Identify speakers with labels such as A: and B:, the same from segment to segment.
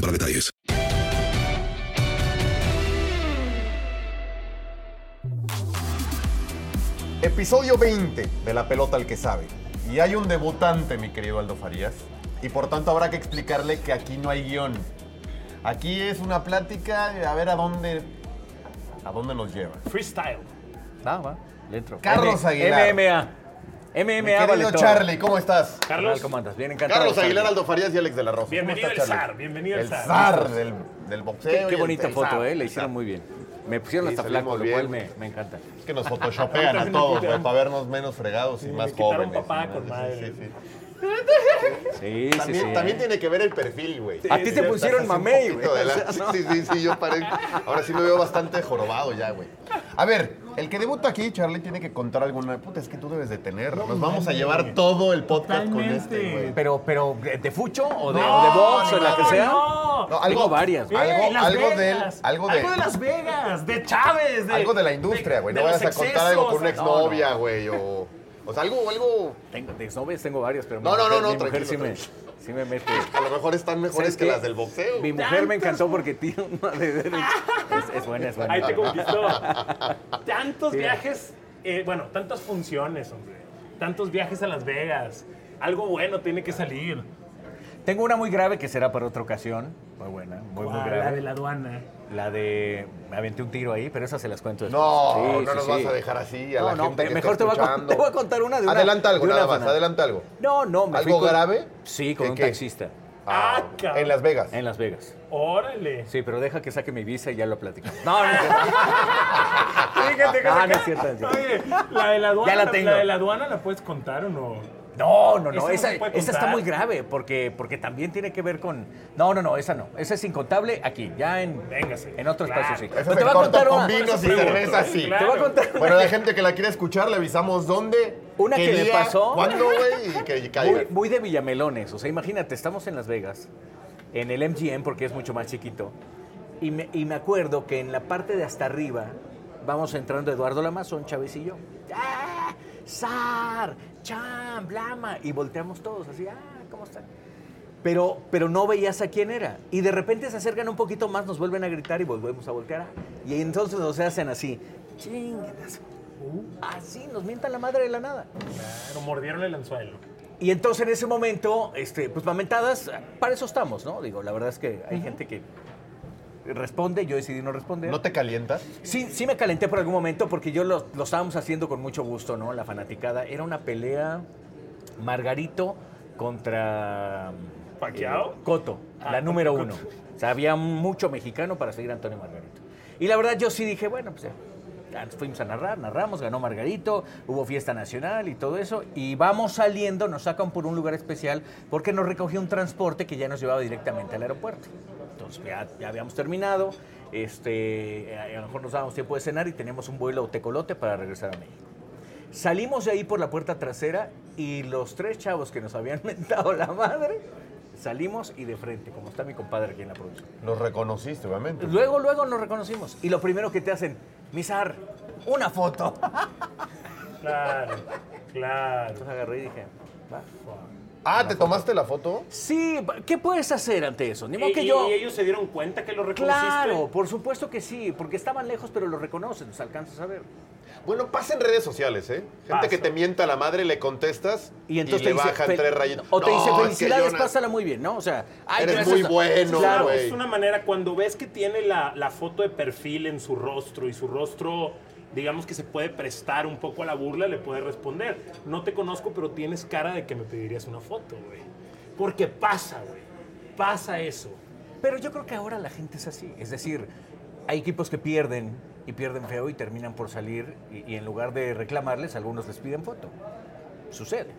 A: para detalles.
B: Episodio 20 de La Pelota al que sabe. Y hay un debutante, mi querido Aldo Farías. Y por tanto habrá que explicarle que aquí no hay guión. Aquí es una plática de a ver a dónde, a dónde nos lleva.
C: Freestyle.
B: Nada más.
C: Le entro.
B: Carlos Aguilar.
D: MMA. MMA
B: Mi querido
D: vale todo.
B: Charlie, ¿cómo estás?
D: Carlos,
C: Carlos.
D: ¿Cómo andas? Bien encantado.
B: Carlos
D: Charlie.
B: Aguilar, Aldo Farías y Alex de la Rosa.
C: Bienvenido
B: ¿Cómo estás,
C: el
B: Charlie?
C: zar, bienvenido el zar.
B: del, del boxeo. y
D: Qué,
B: el
D: qué bonita
B: del
D: foto,
B: zar.
D: eh. La hicieron muy bien. Me pusieron
B: Sí,
D: hasta
B: salimos
D: flaco, lo cual
B: bien.
D: me, me encanta.
B: Es que nos photoshopean a todos, güey, para vernos menos fregados y más
C: me quitaron
B: jóvenes.
C: papá
B: Sí,
C: con
B: sí,
C: madre.
B: sí, sí.
D: Sí, sí,
B: También,
D: sí.
B: también tiene que ver el perfil, güey.
D: A ti te pusieron mamey, güey.
B: poquito de la-
D: O sea, no.
B: Sí, sí, sí, yo paré. Ahora sí me veo bastante jorobado ya, güey. A ver, el que debuta aquí, Charlie, tiene que contar alguna. Puta, es que tú debes de tener. Nos vamos a llevar todo el podcast con este, güey.
D: Pero, pero, ¿de de fucho o de, o de box o la que sea?
C: No.
B: No,
D: Tengo varias.
C: Eh,
B: Algo,
C: Las
B: algo
C: Vegas.
B: de él. Algo de.
C: Algo de Las Vegas, de Chávez. De,
B: algo de la industria, güey.
C: de
B: No vayas a
C: los
B: contar algo con una
C: excesos.
B: exnovia, güey. O, o sea, algo, algo.
D: Tengo, de novias tengo varias, pero
B: No,
D: mi
B: no,
D: mujer,
B: no, no,
D: mi mujer sí me,
B: tranquilo,
D: sí me mete.
B: A lo mejor están mejores
D: ¿Sabes
B: que
D: qué?
B: las del boxeo.
D: Mi mujer me encantó porque tiene una de derecha. Es, es buena, es buena.
C: Ahí te conquistó. tantos viajes, eh, bueno, tantas funciones, hombre. Tantos viajes a Las Vegas. Algo bueno tiene que salir.
D: Tengo una muy grave que será para otra ocasión. Muy buena, muy, muy
C: Ah,
D: grave.
C: la de la aduana.
D: La de. Me aventé un tiro ahí, pero esas se las cuento después.
B: No,
D: Sí,
B: no
D: sí,
B: nos
D: sí.
B: vas a dejar así a la
D: No, no,
B: gente que
D: mejor
B: está
D: te voy a con-
B: escuchando.
D: te voy a contar una de una-
B: Adelanta algo,
D: de una
B: nada más,
D: fana.
B: adelanta algo.
D: No, no, me fui
B: ¿Algo
D: con-
B: grave?
D: Sí, con
B: ¿Qué,
D: un
B: qué?
D: taxista.
B: Ah,
C: Ah, cabrón.
B: en Las Vegas.
D: En Las Vegas.
C: Órale.
D: Sí, pero deja que saque mi visa y ya lo platicamos. No, no, no. Ah, no es cierto, no es cierto.
C: Oye, la de la aduana.
D: Ya la tengo.
C: de la aduana la puedes contar o no.
D: No, no,
C: Esa
D: no.
C: no
D: Esa,
C: se puede
D: esa está
C: contar.
D: muy grave porque, porque también tiene que ver con. No, no, no, esa no. Esa es incontable aquí, ya en,
C: Véngase.
D: en otro
C: Claro.
D: espacio, sí.
B: Esa
D: Pero
B: se
D: te voy a
B: corta
D: contar
B: con
D: una.
B: vinos y
C: Claro.
B: cerveza, sí.
D: Te voy a contar
B: Bueno, la gente que la quiere escuchar, le avisamos dónde.
D: Una
B: qué
D: que le
B: día,
D: pasó.
B: ¿Cuándo, güey? Y que caiga.
D: Muy, muy de Villamelones. O sea, imagínate, estamos en Las Vegas, en el MGM, porque es mucho más chiquito. Y me, y me acuerdo que en la parte de hasta arriba vamos entrando Eduardo Lamazón, Chávez y yo. ¡Ah! ¡Sar! ¡Cham! ¡Lama! Y volteamos todos así. ¡Ah! ¿Cómo están? Pero, pero no veías a quién era. Y de repente se acercan un poquito más, nos vuelven a gritar y volvemos a voltear. Ah, Y entonces nos hacen así. ¡Chingas! Así nos mientan la madre de la nada.
C: Claro, mordieron el anzuelo.
D: Y entonces en ese momento, este, pues mamentadas, para eso estamos, ¿no? Digo, la verdad es que hay gente que responde, yo decidí no responder.
B: ¿No te calientas?
D: Sí, sí me calenté por algún momento porque yo lo, lo estábamos haciendo con mucho gusto, ¿no? La fanaticada. Era una pelea Margarito contra ¿Pacquiao?
E: Coto, mm, eh, la número uno. O sea, había mucho mexicano para seguir a Antonio Margarito. Y la verdad yo sí dije, bueno, pues ya, ya nos fuimos a narrar, narramos, ganó Margarito, hubo fiesta nacional y todo eso. Y vamos saliendo, nos sacan por un lugar especial porque nos recogió un transporte que ya nos llevaba directamente al aeropuerto. Entonces ya, ya habíamos terminado, este, a a lo mejor nos dábamos tiempo de cenar y teníamos un vuelo tecolote para regresar a México. Salimos de ahí por la puerta trasera y los tres chavos que nos habían mentado la madre, salimos y de frente, como está mi compadre aquí en la producción.
B: Los reconociste, obviamente.
E: Luego, luego nos reconocimos. Y lo primero que te hacen, Mizar, una foto.
D: Claro, claro.
E: Entonces agarré y dije, va.
B: Ah, ¿te tomaste la foto?
E: Sí, ¿qué puedes hacer ante eso? Ni modo
D: Eh, ¿Y,
E: que yo.
D: y ellos se dieron cuenta que lo reconociste?
E: Claro, por supuesto que sí, porque estaban lejos, pero lo reconocen, los alcanzas a ver.
B: Bueno, pasa en redes sociales, ¿eh? Gente
D: Pasa.
B: que te mienta la madre, le contestas y,
E: Y entonces
B: le
E: te dice,
B: bajan
E: fel-
B: tres rayitas.
E: O te
B: No,
E: dice,
B: es que
E: felicidades,
B: yo na-
E: pásala muy bien, ¿no? O sea, ay,
B: Eres
E: gracias
B: muy
E: a-
B: bueno,
E: Claro,
B: güey.
D: Es una manera, cuando ves que tiene la, la foto de perfil en su rostro y su rostro, digamos que se puede prestar un poco a la burla, le puedes responder. No te conozco, pero tienes cara de que me pedirías una foto, güey. Porque pasa, güey. Pasa eso.
E: Pero yo creo que ahora la gente es así. Es decir, hay equipos que pierden y pierden feo y terminan por salir y, y en lugar de reclamarles, algunos les piden foto. Sucede.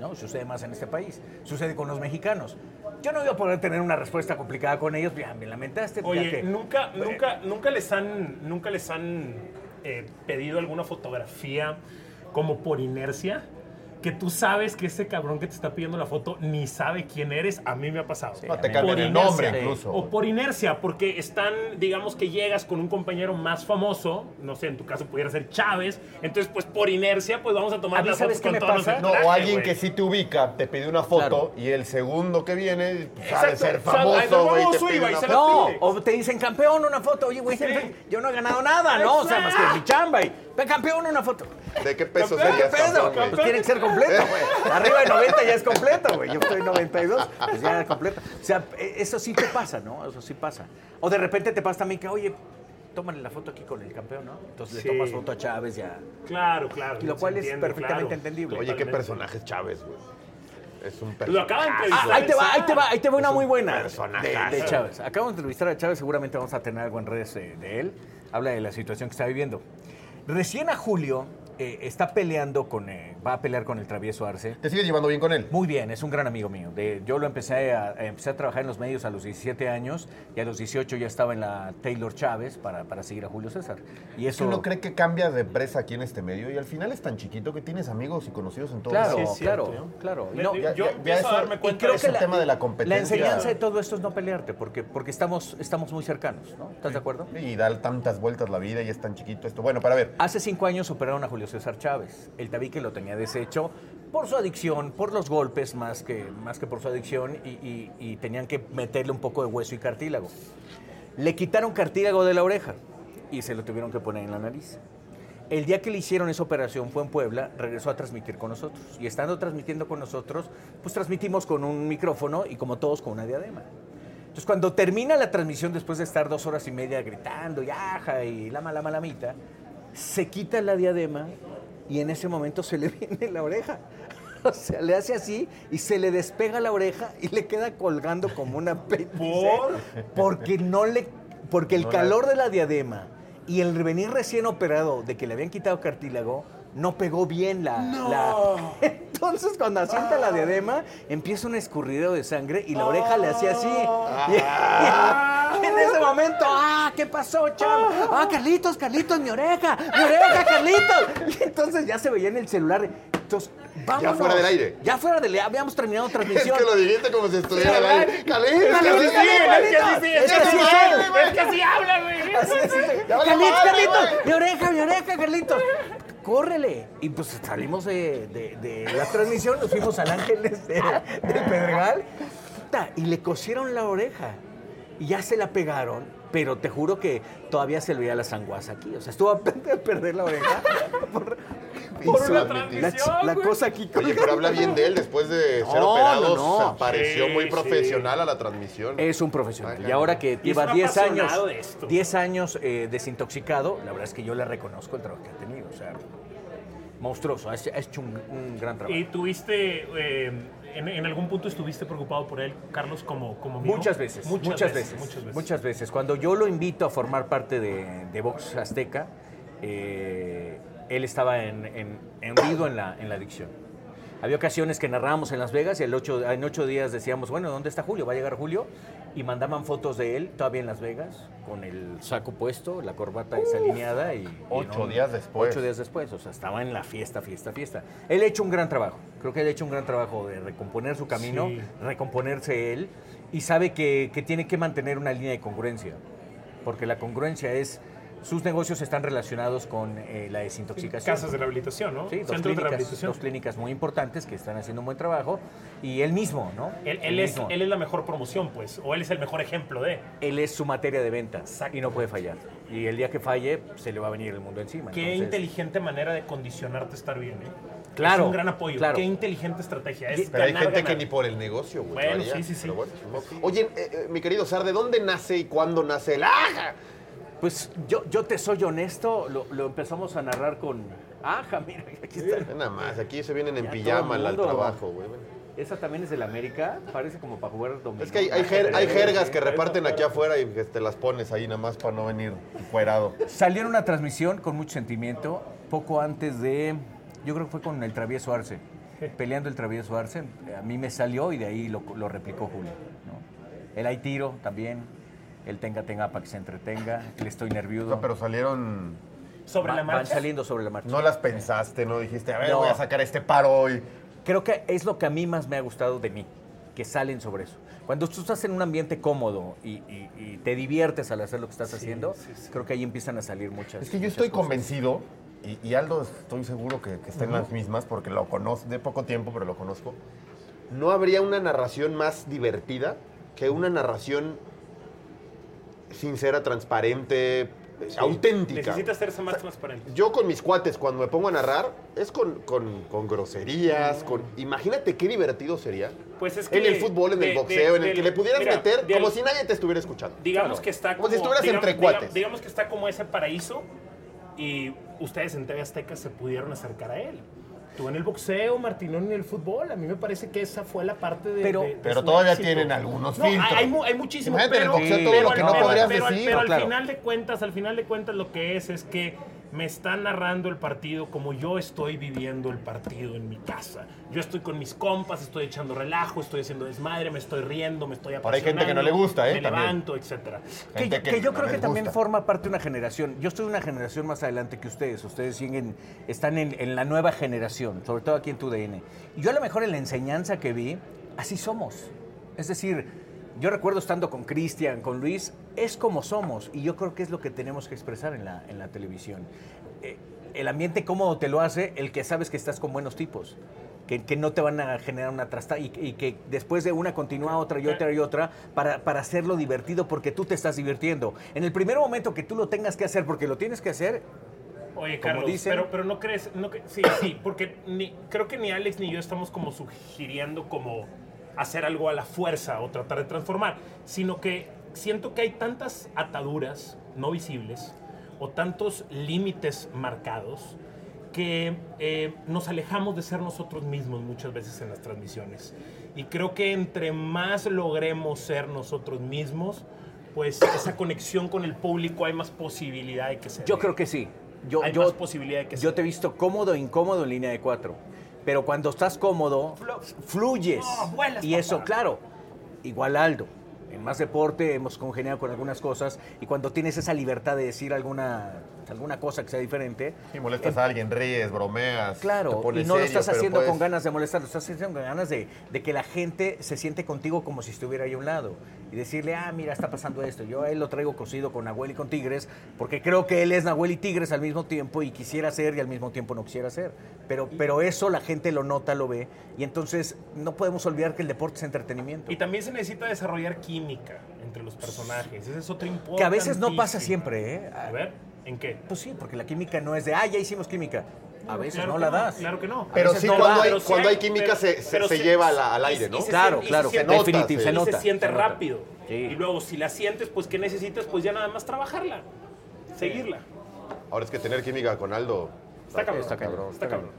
E: ¿no? Sucede más en este país. Sucede con los mexicanos. Yo no voy a poder tener una respuesta complicada con ellos. Ya, me lamentaste. ya
D: Oye,
E: que-
D: nunca, nunca, nunca les han, nunca les han eh, pedido alguna fotografía como por inercia. Que tú sabes que ese cabrón que te está pidiendo la foto ni sabe quién eres. A mí me ha pasado.
B: No, te
E: a mí-
B: cambian
D: por
B: el nombre
D: inercia.
B: incluso.
D: O por inercia, porque están, digamos que llegas con un compañero más famoso, no sé, en tu caso pudiera ser Chávez, entonces pues por inercia pues vamos a
E: A
D: tomar
E: mí,
D: las
E: ¿sabes
D: fotos
E: qué me
D: con todos los
E: pasa?
D: del
B: No,
D: traje,
B: o alguien
D: güey.
B: que sí te ubica, te pide una foto
E: Claro.
B: y el segundo que viene pues, ha de
D: Exacto,
B: ser
D: o sea, ahí
B: famoso,
D: nos
B: güey. te
D: vamos,
B: pide
D: iba, y
B: una
D: se la
B: foto.
E: No,
D: pide.
E: o te dicen campeón, una foto. Oye, güey, yo no he ganado nada, ¿no? O sea, más que mi chamba. Y, "Ve, campeón, una foto.
B: ¿De qué peso
D: Campeón,
B: serías,
E: ¿Qué pedo?
B: campeón, güey?
E: Pues tiene que ser completo, güey. Arriba de 90 ya es completo, güey. Yo estoy en 92, pues ya completo. O sea, e- eso sí te pasa, ¿no? Eso sí pasa. O de repente te pasa también que, oye, tómale la foto aquí con el campeón, ¿no? Entonces
D: Sí.
E: le tomas foto a Chávez ya.
D: Claro, claro.
E: Lo
D: se
E: cual es perfectamente
D: claro.
E: entendible.
B: Oye, qué
D: Totalmente.
B: personaje es Chávez, güey. Es un personaje.
D: Lo acaba de
E: Ah,
D: entrevistar.
E: ahí te va, ahí te va, ahí te va una
B: Es un
E: muy buena.
B: personajazo.
E: De, de Chávez. Acabamos de entrevistar a Chávez, seguramente vamos a tener algo en redes eh, de él. Habla de la situación que está viviendo. Recién a Julio eh, está peleando con. eh, va a pelear con el travieso Arce.
B: ¿Te sigues llevando bien con él?
E: Muy bien, es un gran amigo mío. De- yo lo empecé a, a- empecé a trabajar en los medios a los 17 años y a los 18 ya estaba en la Taylor Chávez para, para seguir a Julio César. Y eso.
B: ¿Tú no crees que cambias de empresa aquí en este medio? Y al final es tan chiquito que tienes amigos y conocidos en todo
E: Claro,
B: el
D: Sí, es cierto,
E: claro,
D: ¿no?
E: claro. Y
D: Me-
E: no,
D: yo
B: ya- ya- ya
D: empiezo
B: eso-
D: a darme
B: y
D: cuenta
B: creo
D: de
B: que el tema de la competencia.
E: La enseñanza de todo esto es no pelearte, porque, porque estamos, estamos muy cercanos, ¿no? ¿Estás de acuerdo?
B: Y da tantas vueltas la vida y es tan chiquito esto. Bueno, para ver.
E: Hace cinco años operaron a Julio César Chávez. El tabique lo tenía deshecho por su adicción, por los golpes más que, más que por su adicción y, y- y tenían que meterle un poco de hueso y cartílago. Le quitaron cartílago de la oreja y se lo tuvieron que poner en la nariz. El día que le hicieron esa operación fue en Puebla, regresó a transmitir con nosotros. Y estando transmitiendo con nosotros, pues transmitimos con un micrófono y como todos con una diadema. Entonces, cuando termina la transmisión, después de estar dos horas y media gritando y aja y la mala malamita, se quita la diadema y en ese momento se le viene la oreja. O sea, le hace así y se le despega la oreja y le queda colgando como una pendice. Porque no le. Porque el calor de la diadema y el venir recién operado de que le habían quitado cartílago no pegó bien la. la- Entonces, cuando asienta la diadema, empieza un escurrido de sangre y la oreja le hacía así. Y en ese momento, ¡ah! ¿Qué pasó, Cham? ¡Ah, Carlitos, Carlitos, mi oreja! ¡Mi oreja, Carlitos! Y entonces ya se veía en el celular. Entonces, vamos.
B: fuera del aire.
E: Ya fuera del aire. Habíamos terminado
B: Es
E: transmisión.
B: que lo dijiste como si estuviera al aire. ¡Calín!
E: Calín,
B: ¡Calín!
E: Calín,
B: ¡Calín!
E: es que así
B: ¡Calín!
E: es.
D: Es que así habla, güey.
E: Así, así, así.
B: Ya vale
E: Carlitos,
B: madre,
E: Carlitos,
B: güey.
E: mi oreja, mi oreja, Carlitos. Córrele. Y pues salimos de, de- de la transmisión, nos fuimos al Ángeles de- del Pedregal. Puta, Y le cosieron la oreja. Y ya se la pegaron, pero te juro que todavía se le veía la sanguaza aquí. O sea, estuvo a punto de perder la oreja. por-
B: Por
E: por
B: una
E: la-
B: transmisión,
E: la, cosa aquí.
B: Oye, pero habla bien de él después de ser
E: No,
B: operado.
E: no, no.
B: se pareció
D: Sí,
B: muy
D: sí.
B: profesional a la transmisión.
E: Es un profesional.
B: Ajá.
E: Y ahora que
D: Y es
E: lleva
D: un
E: 10 años,
D: apasionado de esto.
E: 10 años eh, desintoxicado, la verdad es que yo le reconozco el trabajo que ha tenido. O sea, monstruoso. Ha hecho- ha hecho un, un gran trabajo.
D: ¿Y tuviste, eh, en, en algún punto estuviste preocupado por él, Carlos, como, como amigo?
E: Muchas veces, muchas, veces,
D: muchas veces.
E: muchas veces. Cuando yo lo invito a formar parte de, de Vox Azteca, eh, él estaba en, en- hundido en la, en la adicción. Había ocasiones que narrábamos en Las Vegas y el ocho- en ocho días decíamos, bueno, ¿dónde está Julio? ¿Va a llegar Julio? Y mandaban fotos de él todavía en Las Vegas, con el saco puesto, la corbata desalineada y... y
B: Ocho días después.
E: Ocho días después, o sea, estaba en la fiesta, fiesta, fiesta. Él ha hecho un gran trabajo, creo que él ha hecho un gran trabajo de recomponer su camino,
D: Sí.
E: recomponerse él y sabe que, que tiene que mantener una línea de congruencia, porque la congruencia es, sus negocios están relacionados con eh, la desintoxicación.
D: Casas de rehabilitación, ¿no?
E: Sí, dos
D: Centros de
E: clínicas,
D: rehabilitación.
E: dos clínicas muy importantes que están haciendo un buen trabajo y él mismo, ¿no?
D: Él, él es,
E: mismo.
D: él es la mejor promoción, pues, o él es el mejor ejemplo de.
E: Él es su materia de venta y no puede fallar. Y el día que falle, se le va a venir el mundo encima.
D: Qué
E: Entonces,
D: inteligente manera de condicionarte a estar bien, ¿eh?
E: Claro,
D: Es un gran apoyo.
E: claro.
D: Qué inteligente estrategia. Es
B: Pero hay
D: ganar,
B: gente que
D: ganar.
B: ni por el negocio, güey.
D: Bueno,
B: lo haría,
D: sí, sí, sí.
B: pero bueno. Oye, eh, eh, mi querido Sar, ¿de dónde nace y cuándo nace el ¡Ah! aja?
E: Pues yo, yo te soy honesto, lo, lo empezamos a narrar con... Ajá, mira, aquí está.
B: Nada más, aquí se vienen en
E: Ya
B: pijama
E: todo el
B: al
E: mundo.
B: trabajo, güey. Ven.
E: Esa también es del América, parece como para jugar domingo.
B: Es que hay, hay jer- hay jergas que reparten aquí afuera y que te las pones ahí nada más para no venir cuerado.
E: Salió en una transmisión con mucho sentimiento, poco antes de, yo creo que fue con el Travieso Arce, peleando el Travieso Arce, a mí me salió y de ahí lo, lo replicó Julio. ¿no? El hay tiro también, el tenga tenga para que se entretenga, el estoy nervioso.
B: pero salieron.
D: Sobre la
E: van, van
D: marcha.
E: saliendo sobre la marcha.
B: No las pensaste, no dijiste, a ver,
E: No.
B: voy a sacar este paro hoy.
E: Creo que es lo que a mí más me ha gustado de mí, que salen sobre eso. Cuando tú estás en un ambiente cómodo y, y- y te diviertes al hacer lo que estás haciendo, creo que ahí empiezan a salir muchas.
B: Es que yo
E: muchas
B: estoy
E: cosas.
B: convencido, y, y Aldo estoy seguro que, que está en las mismas, porque lo conozco, de poco tiempo, pero lo conozco. No habría una narración más divertida que una narración sincera, transparente, eh, auténtica.
D: Necesita hacerse más transparente.
B: Yo con mis cuates, cuando me pongo a narrar, es con, con- con groserías, con... Imagínate qué divertido sería.
D: Pues Mm. es
B: en
D: que
B: el fútbol, en
D: de-
B: el
D: de-
B: boxeo, en el
D: del-
B: que le pudieras
D: mira,
B: meter
D: del-
B: como si nadie te estuviera escuchando.
D: Digamos
B: Claro.
D: que está como.
B: Como si estuvieras
D: digamos-
B: entre
D: diga-
B: cuates.
D: digamos que está como ese paraíso y ustedes en TV Azteca se pudieron acercar a él. Tú en el boxeo, Martinón en el fútbol. A mí me parece que esa fue la parte de.
E: Pero-
D: de- de
B: Pero
D: su
B: todavía
D: éxito.
B: tienen algunos
D: No, hay-
B: filtros.
D: Hay, mu- hay muchísimo.
B: Imagínate en el
D: pero,
B: boxeo todo
D: pero
B: lo
D: al-
B: que no
D: pero-
B: podrías
D: pero al-
B: decir.
D: Pero al
E: Claro.
D: final de cuentas, al final de cuentas, lo que es es que me están narrando el partido como yo estoy viviendo el partido en mi casa. Yo estoy con mis compas, estoy echando relajo, estoy haciendo desmadre, me estoy riendo, me estoy
B: Pero hay gente que no le
D: apasionando,
B: gusta, ¿eh?
D: Me
B: También.
D: levanto, etcétera.
E: Que,
B: Gente
E: yo- que yo
B: no
E: creo que
B: les
E: también
B: gusta.
E: forma parte de una generación. Yo estoy una generación más adelante que ustedes. Ustedes siguen, están en, en la nueva generación, sobre todo aquí en tu DN. Y yo a lo mejor en la enseñanza que vi, así somos. Es decir, yo recuerdo estando con Cristian, con Luis, es como somos. Y yo creo que es lo que tenemos que expresar en la, en la televisión. Eh, el ambiente cómodo te lo hace el que sabes que estás con buenos tipos. Que, que no te van a generar una trasta y, y que después de una continúa otra y otra y otra para, para hacerlo divertido porque tú te estás divirtiendo. En el primer momento que tú lo tengas que hacer porque lo tienes que hacer,
D: Oye,
E: Como
D: Carlos,
E: dicen-
D: pero, pero no crees, no cre- sí, sí, porque ni- creo que ni Alex ni yo estamos como sugiriendo como hacer algo a la fuerza o tratar de transformar, sino que siento que hay tantas ataduras no visibles o tantos límites marcados que eh, nos alejamos de ser nosotros mismos muchas veces en las transmisiones. Y creo que entre más logremos ser nosotros mismos, pues esa conexión con el público hay más posibilidad de que se
E: yo
D: dé.
E: creo que sí. Yo,
D: Hay
E: yo,
D: más posibilidad de que
E: Yo
D: sí.
E: te he visto cómodo e incómodo en línea de cuatro. Pero cuando estás cómodo,
D: Flo-
E: fluyes.
D: No, vuelas,
E: y
D: papá.
E: eso, claro, igual Aldo. En más deporte hemos congeniado con algunas cosas y cuando tienes esa libertad de decir alguna, alguna cosa que sea diferente,
B: Si molestas a alguien, ríes, bromeas. te
E: Claro,
B: pones
E: y no lo
B: serio,
E: estás
B: pero
E: haciendo
B: puedes-
E: con ganas de molestar, lo estás haciendo con ganas de, de que la gente se siente contigo como si estuviera ahí a un lado. Y decirle, ah, mira, está pasando esto. Yo a él lo traigo cocido con Nahuel y con Tigres, porque creo que él es Nahuel y Tigres al mismo tiempo y quisiera ser y al mismo tiempo no quisiera ser. Pero, pero eso la gente lo nota, lo ve. Y entonces no podemos olvidar que el deporte es entretenimiento.
D: Y también se necesita desarrollar química entre los personajes. Ese es otro importante.
E: Que a veces no pasa siempre, ¿eh?
D: A ver, ¿en qué?
E: Pues sí, porque la química no es de, ah, ya hicimos química. A veces
D: Claro
E: no
D: que
E: la das.
D: Claro que no.
B: Pero
E: A veces
B: sí,
E: no
B: cuando,
E: va,
B: hay,
D: pero sí
B: cuando
D: hay-
B: hay química
D: pero-
B: se, se-
D: pero
B: se
D: se-
B: lleva al, al
D: y-
B: aire,
D: y
B: ¿no?
D: se-
E: Claro,
D: y se
E: claro,
B: nota,
E: definitivo,
B: se-
E: se
D: y
E: nota.
D: se siente
E: nota.
D: rápido.
E: Sí.
D: Y luego, si la sientes, pues ¿qué necesitas? Pues ya nada más trabajarla, seguirla.
B: Ahora es que tener química con Aldo
D: Está cabrón.
E: Está cabrón,
D: Está cabrón.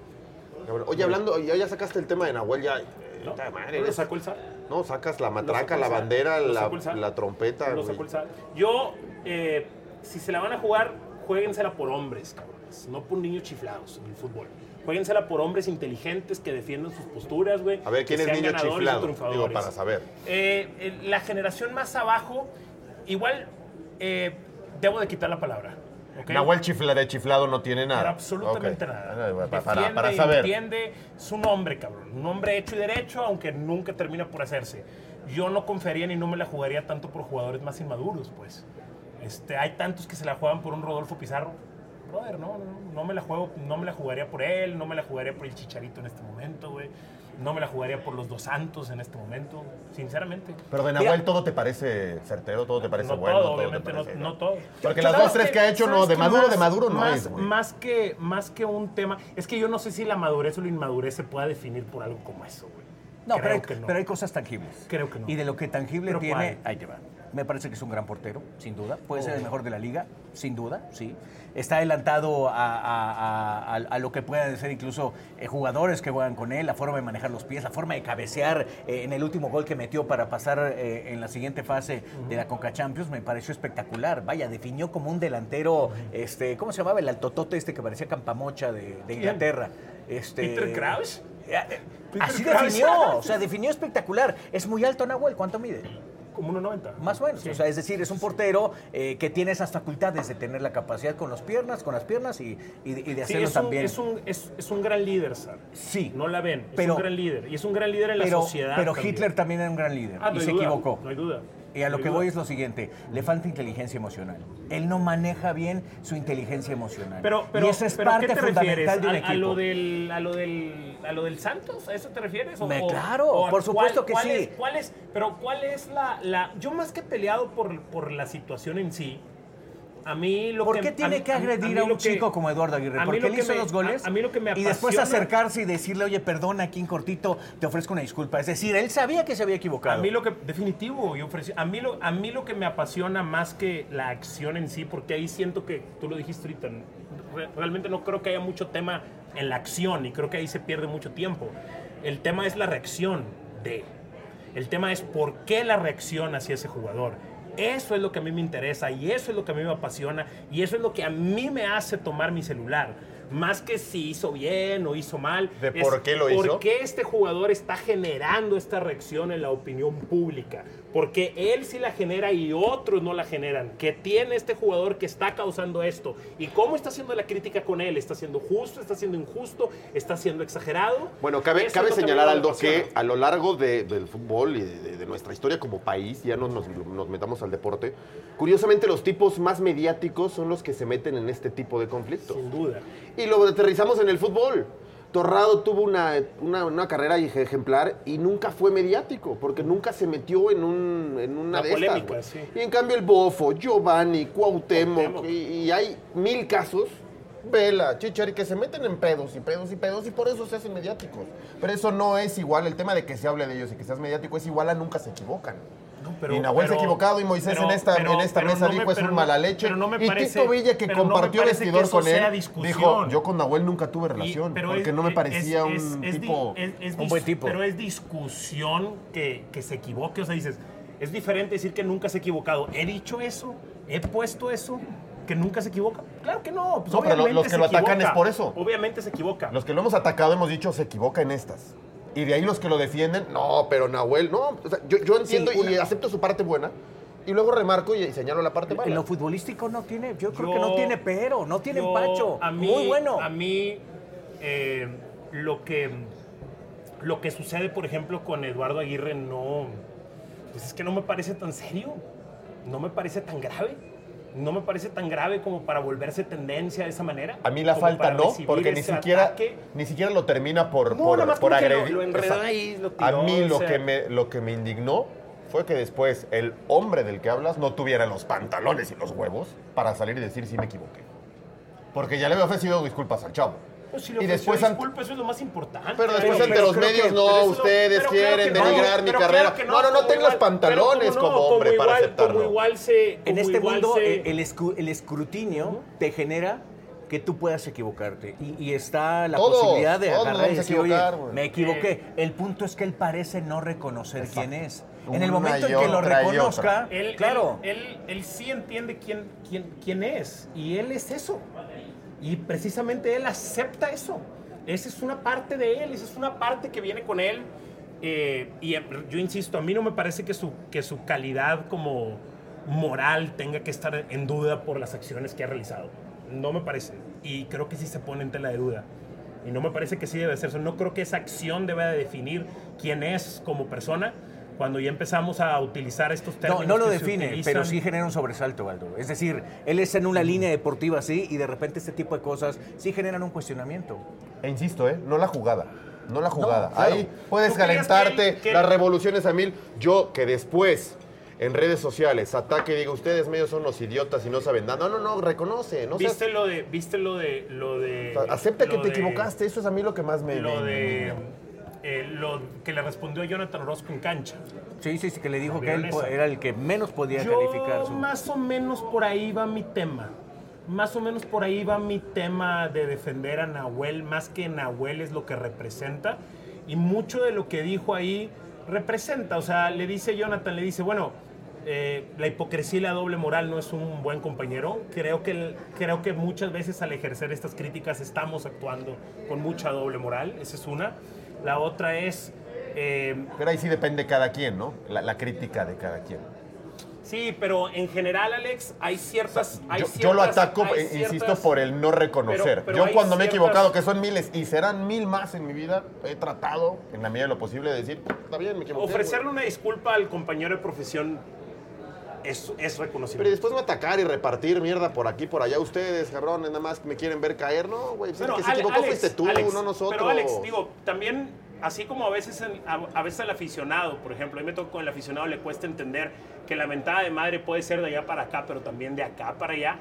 F: Cabrón. Oye, hablando, ya, ya sacaste el tema de Nahuel, ya. eh,
D: ¿No?
F: puta madre,
D: ¿No lo
F: eres-
D: sacó el SAT?
F: No, sacas la
D: Lo sacó
F: matraca,
D: el
F: la
D: SAT.
F: bandera,
D: Lo
F: la,
D: sacó el SAT.
F: la trompeta.
D: Lo
F: güey.
D: sacó el SAT. Yo, eh, si se la van a jugar, juéguensela por hombres, cabrones. No por niños chiflados en el fútbol. Juéguensela por hombres inteligentes que defiendan sus posturas, güey.
F: A ver, ¿quién
D: que
F: es
D: sean
F: niño
D: ganadores y
F: chiflado?
D: triunfadores.
F: Digo, para saber.
D: Eh, eh, la generación más abajo, igual eh, debo de quitar la palabra. ¿ok?
F: Nahuel chifla de chiflado no tiene nada.
D: Pero absolutamente
F: Ok.
D: nada.
F: Para- Para,
D: Defiende,
F: para saber.
D: Entiende, es un hombre, cabrón. Un hombre hecho y derecho, aunque nunca termina por hacerse. Yo no confiaría ni no me la jugaría tanto por jugadores más inmaduros, pues. Este, hay tantos que se la juegan por un Rodolfo Pizarro. Brother, no, no, no me la juego, no me la jugaría por él, no me la jugaría por el Chicharito en este momento, güey. No me la jugaría por los dos Santos en este momento, sinceramente.
F: Pero de Nahuel todo te parece certero, todo te parece
D: no
F: bueno.
D: todo,
F: te
D: obviamente, no,
F: parece-
D: no todo.
F: Porque las
D: ¿Sabes
F: dos, tres que ha hecho,
D: sabes
F: no, de
D: que
F: maduro,
D: más-
F: de maduro no
D: más,
F: es, güey.
D: Más que, más que un tema, es que yo no sé si la madurez o la inmadurez se pueda definir por algo como eso, güey.
E: No,
D: Creo
E: pero hay,
D: que no.
E: pero hay cosas tangibles.
D: Creo que no.
E: Y de lo que tangible
D: Pero
E: tiene,
D: ¿cuál? Oh.
E: ahí te va. Me parece que es un gran portero, sin duda. Puede ser el mejor de la liga, sin duda, sí. Está adelantado a, a- a- a- a lo que puedan ser incluso eh, jugadores que juegan con él, la forma de manejar los pies, la forma de cabecear eh, en el último gol que metió para pasar eh, en la siguiente fase de la Conca Champions, me pareció espectacular. Vaya, definió como un delantero, este, ¿cómo se llamaba? El altotote este que parecía campamocha de, de Inglaterra. Este,
D: ¿Peter Crouch?
E: eh,
D: Peter
E: Así
D: Crouch.
E: definió, o sea, definió espectacular. Es muy alto Nahuel, ¿cuánto mide?
D: Como 1.90.
E: Más o menos, o sea, es decir, es un portero eh, que tiene esas facultades de tener la capacidad con las piernas, con las piernas y, y de- y de
D: Sí,
E: hacerlo
D: es, un,
E: también.
D: es, un, es, es un gran líder, Sar.
E: Sí.
D: No la ven, es
E: Pero-
D: un gran líder. Y es un gran líder en
E: pero,
D: la sociedad.
E: pero
D: también.
E: Hitler también era un gran líder
D: Ah, no
E: y
D: hay
E: se
D: duda,
E: equivocó.
D: No hay duda.
E: Y a
D: no
E: lo
D: hay
E: que
D: duda.
E: voy es lo siguiente, le falta inteligencia emocional. Él no maneja bien su inteligencia emocional.
D: Pero, pero,
E: y esa es
D: pero ¿a
E: parte
D: qué te refieres?
E: fundamental de un
D: ¿A,
E: equipo.
D: a lo del, a, lo del, ¿A lo del Santos? ¿A eso te refieres? ¿O-
E: Me-
D: o-
E: claro,
D: o a
E: por supuesto
D: cuál-
E: que
D: cuál
E: sí.
D: es- cuál es- pero ¿cuál es la, la...? Yo más que peleado por, por la situación en sí, a mí lo
E: ¿Por
D: que...
E: qué tiene
D: mí-
E: que
D: mí
E: agredir a,
D: lo
E: un
D: que-
E: chico como Eduardo Aguirre?
D: a mí
E: Porque
D: lo
E: él
D: que
E: hizo
D: me-
E: los goles
D: A, a mí lo que me
E: y después
D: apasiona-
E: acercarse y decirle, oye, perdona aquí en cortito, te ofrezco una disculpa. Es decir, él sabía que se había
D: A
E: equivocado.
D: mí lo que definitivo y ofreció- a mí lo a mí lo que me apasiona más que la acción en sí, porque ahí siento que tú lo dijiste ahorita, re- realmente no creo que haya mucho tema en la acción y creo que ahí se pierde mucho tiempo. El tema es la reacción de. El tema es por qué la reacción hacia ese jugador. Eso es lo que a mí me interesa y eso es lo que a mí me apasiona y eso es lo que a mí me hace tomar mi celular. Más que si hizo bien o hizo mal.
F: ¿De
D: es
F: por qué lo hizo?
D: qué qué este jugador está generando esta reacción en la opinión pública? Porque él sí la genera y otros no la generan. ¿Qué tiene este jugador que está causando esto? ¿Y cómo está haciendo la crítica con él? ¿Está siendo justo? ¿Está siendo injusto? ¿Está siendo exagerado?
B: Bueno, cabe,
D: Eso es
B: cabe
D: lo que a mí
B: señalar,
D: me
B: Aldo,
D: apasiona.
B: que a lo largo de- del fútbol y de, de- de nuestra historia como país, ya no nos, nos metamos al deporte, curiosamente los tipos más mediáticos son los que se meten en este tipo de conflictos.
D: Sin duda.
B: Y lo aterrizamos en el fútbol. Torrado tuvo una, una- una carrera ej- ejemplar y nunca fue mediático, porque nunca se metió en, un, en una
D: La
B: de
D: polémica,
B: estas. güey.
D: sí.
B: Y en cambio el Bofo, Giovanni, Cuauhtémoc,
D: Cuauhtémoc.
B: Y, y hay mil casos, Vela, Chichari, que se meten en pedos y pedos y pedos y por eso se hacen mediáticos. Pero eso no es igual, el tema de que se hable de ellos y que seas mediático es igual a nunca se equivocan.
D: No, pero-
B: y Nahuel se ha
D: pero-
B: equivocado y Moisés
D: pero-
B: en esta,
D: pero-
B: en esta
D: pero
B: mesa
D: no me-
B: dijo es
D: pero
B: un
D: no-
B: mala leche.
D: pero no me
B: y
D: parece-
B: Tito Villa que
D: pero no me
B: compartió
D: parece que
B: vestidor
D: eso
B: con él
D: sea discusión.
B: dijo yo con Nahuel nunca tuve
D: Y-
B: relación
D: pero
B: porque
D: es-
B: no me
D: es-
B: parecía
D: es-
B: un
D: es- es di-
B: tipo...
D: es- es
E: un
D: dis-
E: buen tipo.
D: Pero es discusión que, que se equivoque. O sea, dices, es diferente decir que nunca se ha equivocado. ¿He dicho eso? ¿He puesto eso? ¿Que nunca se equivoca? Claro que no. pues
B: No, pero lo-
D: obviamente
B: los que
D: se
B: lo atacan
D: equivoca.
B: es por eso.
D: Obviamente se equivoca.
B: Los que lo hemos atacado hemos dicho se equivoca en estas. Y de ahí los que lo defienden, no, pero Nahuel, no. O sea, yo, yo entiendo y acepto su parte buena. Y luego remarco y, y señalo la parte
E: En
B: mala.
E: lo futbolístico no tiene, yo creo
D: Yo-
E: que no tiene pero, no tiene
D: yo-
E: empacho.
D: a mí-
E: Muy bueno.
D: A mí, eh, lo, que, lo que sucede, por ejemplo, con Eduardo Aguirre, no. Pues es que no me parece tan serio. No me parece tan grave. No me parece tan grave como para volverse tendencia de esa manera.
B: A mí la
D: como
B: falta
D: para
B: no,
D: recibir
B: porque ni
D: ese
B: siquiera,
D: ataque.
B: ni siquiera lo termina por,
D: No,
B: por,
D: nada más
B: por
D: como que lo-
B: agredir.
D: lo enredó
B: Exacto.
D: ahí, lo
B: a
D: tiró,
B: mí
D: o
B: lo,
D: sea.
B: que me, lo que me indignó fue que después el hombre del que hablas no tuviera los pantalones y los huevos para salir y decir si me equivoqué. Porque ya le había ofrecido disculpas al chavo.
D: Pues si le
B: y
D: ofreció
B: después ante-
D: disculpa, eso es lo más importante.
B: Pero después
E: Pero-
B: ante
E: pero
B: los
E: creo
B: medios,
E: que-
B: no,
D: pero eso-
B: ustedes
D: pero claro
B: quieren
D: que no,
B: denigrar mi
D: pero
B: carrera.
D: claro que
B: no, no, no,
D: como
B: tengas
D: igual-
B: pantalones
D: pero
B: como,
D: no,
B: hombre para
D: igual-
B: aceptarlo.
D: Como igual se.
E: en
D: como
E: este
D: igual
E: mundo
D: se-
E: eh, el, escu- el escrutinio te genera que tú puedas equivocarte. Y, y está la
B: Todos,
E: posibilidad de
B: todos nos
E: agarrar y
B: vamos a
E: decir, oye,
B: equivocar, güey".
E: me equivoqué.
D: Eh,
E: El punto es que él parece no reconocer quién es. En
B: Una
E: el momento
B: y
E: en que lo
B: otra y otra.
E: reconozca,
D: Él,
E: claro.
D: Él, él- él sí entiende quién, quién, quién es. Y él es eso. Y precisamente él acepta eso. Esa es una parte de él, esa es una parte que viene con él. Eh, y eh, yo insisto, a mí no me parece que su, que su calidad como moral tenga que estar en duda por las acciones que ha realizado. No me parece. Y creo que sí se pone en tela de duda. Y no me parece que sí debe ser eso. No creo que esa acción deba de definir quién es como persona. Cuando ya empezamos a utilizar estos
E: No,
D: términos.
E: no lo
D: que se
E: define,
D: utilizan-
E: pero sí genera un sobresalto, Valdo. Es decir, él está en una línea deportiva así y de repente este tipo de cosas sí generan un cuestionamiento.
B: E insisto, ¿eh? No la jugada. No la jugada.
E: claro.
B: Ahí puedes
E: ¿Tú crees
B: calentarte,
E: que- que-
B: las revoluciones a mil. Yo que después en redes sociales ataque y diga, ustedes medios son los idiotas y no saben nada. No, no, no, reconoce. No seas-
D: ¿Viste lo de, viste lo de, lo de.
B: o sea, acepta que
D: lo
B: te
D: de-
B: equivocaste. Eso es a mí lo que más me...
D: Lo
B: me-
D: de. eh, lo que le respondió Jonathan Orozco en cancha.
E: Sí, sí, sí, que le dijo que
D: ¿Vieron
E: él
D: eso?
E: po- era el que menos podía
D: Yo
E: calificar su...
D: más o menos por ahí va mi tema. Más o menos por ahí va mi tema de defender a Nahuel, más que Nahuel es lo que representa. Y mucho de lo que dijo ahí representa. O sea, le dice Jonathan, le dice, bueno, eh, la hipocresía y la doble moral no es un buen compañero. Creo que, el- creo que muchas veces al ejercer estas críticas estamos actuando con mucha doble moral. Esa es una. La otra es... eh,
B: Pero ahí sí depende cada quien, ¿no? La, la crítica de cada quien.
D: Sí, pero en general, Alex, hay ciertas. hay
B: Yo,
D: ciertas-
B: yo lo ataco,
D: hay
B: eh, insisto,
D: ciertas-
B: por el no reconocer.
D: Pero- pero
B: yo
D: hay
B: cuando me he
D: ciertas-
B: equivocado, que son miles, y serán mil más en mi vida, he tratado, en la medida de lo posible, de decir, está bien, me equivoqué. güey".
D: Ofrecerle una disculpa al compañero de profesión es, es reconocible.
B: Pero y después me atacar y repartir mierda por aquí, por allá, ustedes, cabrones, nada más me quieren ver caer, ¿no? Güey, pues el
D: Bueno,
B: que se
D: Ale-
B: equivocó
D: Alex,
B: fuiste tú,
D: Alex,
B: no nosotros.
D: Pero Alex, digo, también, así como a veces, el- a, a veces al aficionado, por ejemplo, a mí me toca con el aficionado, le cuesta entender que la mentada de madre puede ser de allá para acá, pero también de acá para allá.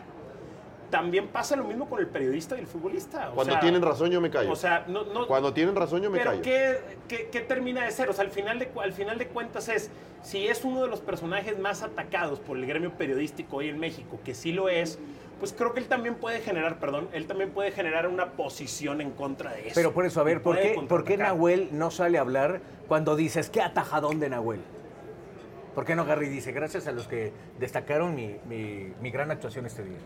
D: También pasa lo mismo con el periodista y el futbolista. o
B: Cuando
D: sea,
B: tienen razón, yo me callo.
D: O sea, no, no,
B: Cuando tienen razón, yo me
D: Pero
B: callo.
D: ¿qué, qué, qué termina de ser? O sea, al final de, cu- al final de cuentas es, si es uno de los personajes más atacados por el gremio periodístico hoy en México, que sí lo es, pues creo que él también puede generar, perdón, él también puede generar una posición en contra de eso.
E: Pero por eso, a ver, ¿por
D: Puede
E: qué, ¿por qué
D: contraatacar.
E: Nahuel no sale a hablar cuando dices, qué atajadón de Nahuel? ¿Por qué no Garry dice, gracias a los que destacaron mi, mi- mi gran actuación este día?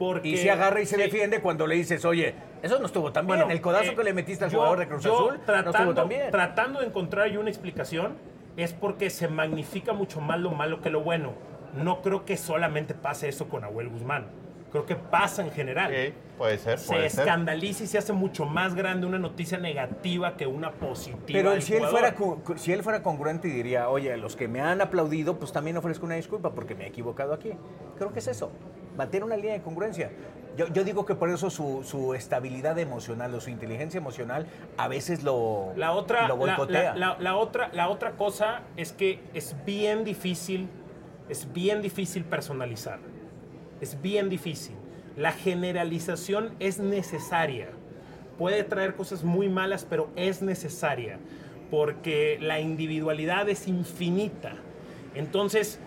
D: Porque-
E: y se agarra y se
D: sí.
E: defiende cuando le dices, oye, eso no estuvo tan bien.
D: Bueno,
E: el codazo
D: eh,
E: que le metiste al
D: yo-
E: jugador de Cruz
D: yo
E: Azul no estuvo tan bien.
D: Tratando de encontrar yo una explicación es porque se magnifica mucho más lo malo que lo bueno. No creo que solamente pase eso con Abuel Guzmán. Creo que pasa en general.
B: Ok, puede ser,
D: se
B: puede ser.
D: escandaliza y se hace mucho más grande una noticia negativa que una positiva.
E: Pero
D: del
E: si él,
D: jugador.
E: fuera, cu- cu- si él fuera congruente y diría, oye, a los que me han aplaudido, pues también ofrezco una disculpa porque me he equivocado aquí. Creo que es eso, mantener una línea de congruencia. Yo, yo digo que por eso su, su estabilidad emocional o su inteligencia emocional a veces lo,
D: La otra,
E: lo
D: la,
E: boicotea.
D: la- la- la otra, la otra cosa es que es bien difícil, es bien difícil personalizar. Es bien difícil. La generalización es necesaria. Puede traer cosas muy malas, pero es necesaria. Porque la individualidad es infinita. Entonces,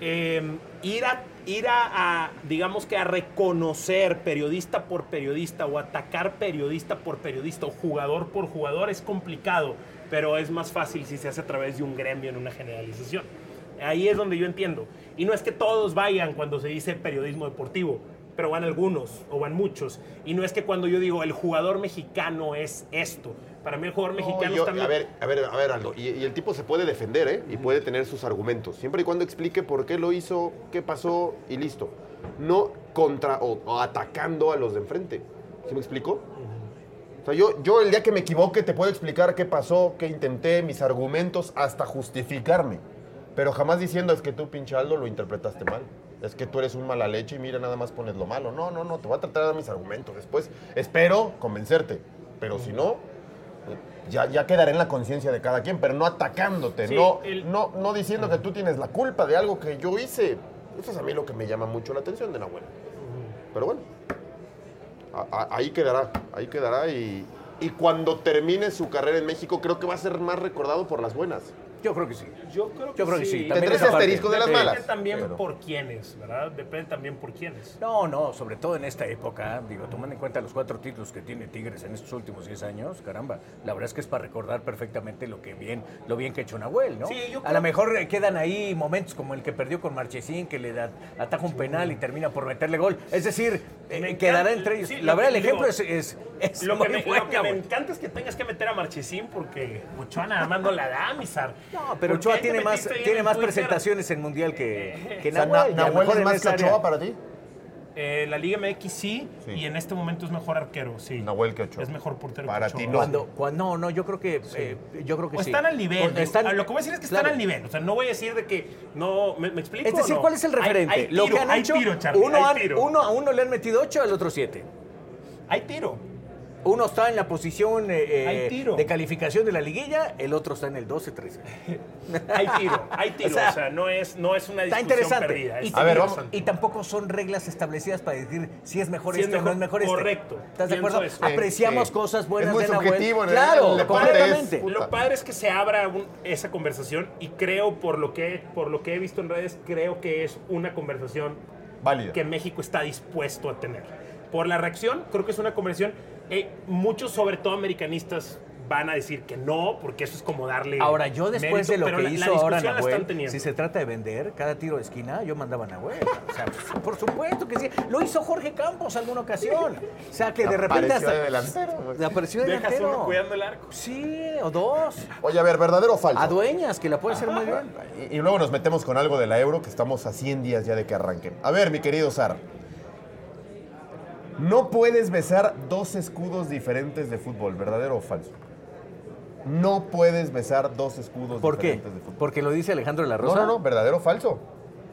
D: eh, ir, a, ir a- a, digamos que a reconocer periodista por periodista o atacar periodista por periodista o jugador por jugador es complicado, pero es más fácil si se hace a través de un gremio en una generalización. Ahí es donde yo entiendo. Y no es que todos vayan cuando se dice periodismo deportivo, pero van algunos o van muchos. Y no es que cuando yo digo el jugador mexicano es esto, para mí el jugador
B: No,
D: mexicano
B: yo-
D: es también...
B: A ver, a ver, a ver, Aldo. Y, y el tipo se puede defender, ¿eh? Y puede tener sus argumentos. Siempre y cuando explique por qué lo hizo, qué pasó y listo. No contra o, o atacando a los de enfrente. ¿Sí me explicó? O sea, yo, yo el día que me equivoque te puedo explicar qué pasó, qué intenté, mis argumentos, hasta justificarme. Pero jamás diciendo es que tú, pinche Aldo, lo interpretaste mal. Es que tú eres un mala leche y mira, nada más pones lo malo. No, no, no, te voy a tratar de dar mis argumentos. Después espero convencerte. Pero si no, ya, ya quedará en la conciencia de cada quien, pero no atacándote,
D: Sí,
B: no,
D: el-
B: no, no diciendo que tú tienes la culpa de algo que yo hice. Eso es a mí lo que me llama mucho la atención de Nahuel. Pero bueno, a- a- ahí quedará, ahí quedará y, y cuando termine su carrera en México creo que va a ser más recordado por las buenas.
E: Yo creo que sí.
D: Yo creo que
E: Yo creo que sí.
D: sí.
E: También Tendrá esa ese parte. asterisco de las
D: Depende
E: malas.
D: también
E: Pero-
D: por quiénes, ¿verdad? Depende también por quiénes.
E: No, no, sobre todo en esta época, digo, tomando en cuenta los cuatro títulos que tiene Tigres en estos últimos 10 años, caramba, la verdad es que es para recordar perfectamente lo que bien, lo bien que ha hecho Nahuel, ¿no?
D: Sí, yo
E: A
D: creo-
E: lo mejor eh, quedan ahí momentos como el que perdió con Marchesín, que le da, ataja un penal y termina por meterle gol. Es decir, eh, quedará entre ellos.
D: Sí,
E: la
D: lo
E: verdad,
D: que
E: el
D: digo,
E: ejemplo es, es, es
D: lo,
E: muy
D: que me, lo
E: bueno,
D: que me
E: güey.
D: encanta es que tengas que meter a Marchesín porque Ochoa nada más no la da, Mizar. No,
E: Pero Ochoa tiene más, tiene más presentaciones en Mundial que, que
D: O sea,
E: Nahuel.
D: Na-
E: y a lo
D: Nahuel
E: mejor
D: es
E: en
D: más
E: esa
D: que
E: área.
D: Ochoa para ti. Eh, la Liga MX sí, y en este momento es mejor arquero, sí. Nahuel
B: que Ochoa.
D: Es mejor portero
B: Para
D: que Ochoa.
B: ti
E: no. Cuando- cuando- no, no, yo creo que, eh, yo creo que
D: O
E: sí.
D: están al nivel.
E: O- están-
D: digo, lo que voy a decir es que
E: claro.
D: están al nivel. O sea, no voy a decir de que no. ¿Me, me explico?
E: Es decir,
D: o no?
E: ¿cuál es el
D: Hay-
E: referente?
D: Hay, tiro,
E: lo que han
D: hay
E: hecho,
D: tiro, Charlie.
E: uno,
D: hay
E: han-
D: tiro.
E: uno a uno le han metido ocho, al otro siete.
D: Hay tiro.
E: Uno está en la posición eh,
D: Hay
E: eh,
D: tiro.
E: de calificación de la liguilla, el otro está en el 12-13.
D: Hay tiro. Hay tiro. o, sea, no, es, no es una
E: Está
D: discusión
E: interesante.
D: perdida.
E: Y,
D: es
E: a ver,
D: interesante.
E: y tampoco son reglas establecidas para decir si es mejor
D: Si es
E: este o no
D: mejor,
E: es mejor este.
D: correcto.
E: ¿Estás de
D: Pienso
E: acuerdo?
D: eso.
E: Apreciamos
D: Sí.
E: cosas buenas
B: Es muy
E: de Nahuel.
B: subjetivo en el-
E: claro,
B: en el deporte es-
E: completamente.
D: Lo padre es que se abra un- esa conversación y creo, por lo, que, por lo que he visto en redes, creo que es una conversación
B: Válida.
D: que México está dispuesto a tener. Por la reacción, creo que es una conversación. eh, muchos, sobre todo americanistas, van a decir que no, porque eso es como darle.
E: Ahora, yo después
D: mérito,
E: de lo
D: pero
E: que
D: la- la
E: hizo ahora
D: discusión la están
E: Nahuel,
D: teniendo.
E: si se trata de vender cada tiro de esquina, yo mandaba a Nahuel. O sea, por supuesto que sí. Lo hizo Jorge Campos alguna ocasión. O sea, que de repente
B: Apareció
E: hasta...
B: de delantero.
E: Le apareció de
D: Dejas
E: delantero.
D: uno cuidando el arco.
E: Sí, o dos.
B: Oye, a ver, ¿verdadero o falso?
E: A dueñas, que la puede hacer muy bien.
B: Y, y luego nos metemos con algo de la euro que estamos a 100 días ya de que arranque. A ver, mi querido Sar. No puedes besar dos escudos diferentes de fútbol, ¿verdadero o falso? No puedes besar dos escudos
E: ¿Por qué?
B: diferentes de fútbol.
E: Porque lo dice Alejandro de la
B: No,
E: Rosa.
B: no, no, ¿verdadero o falso?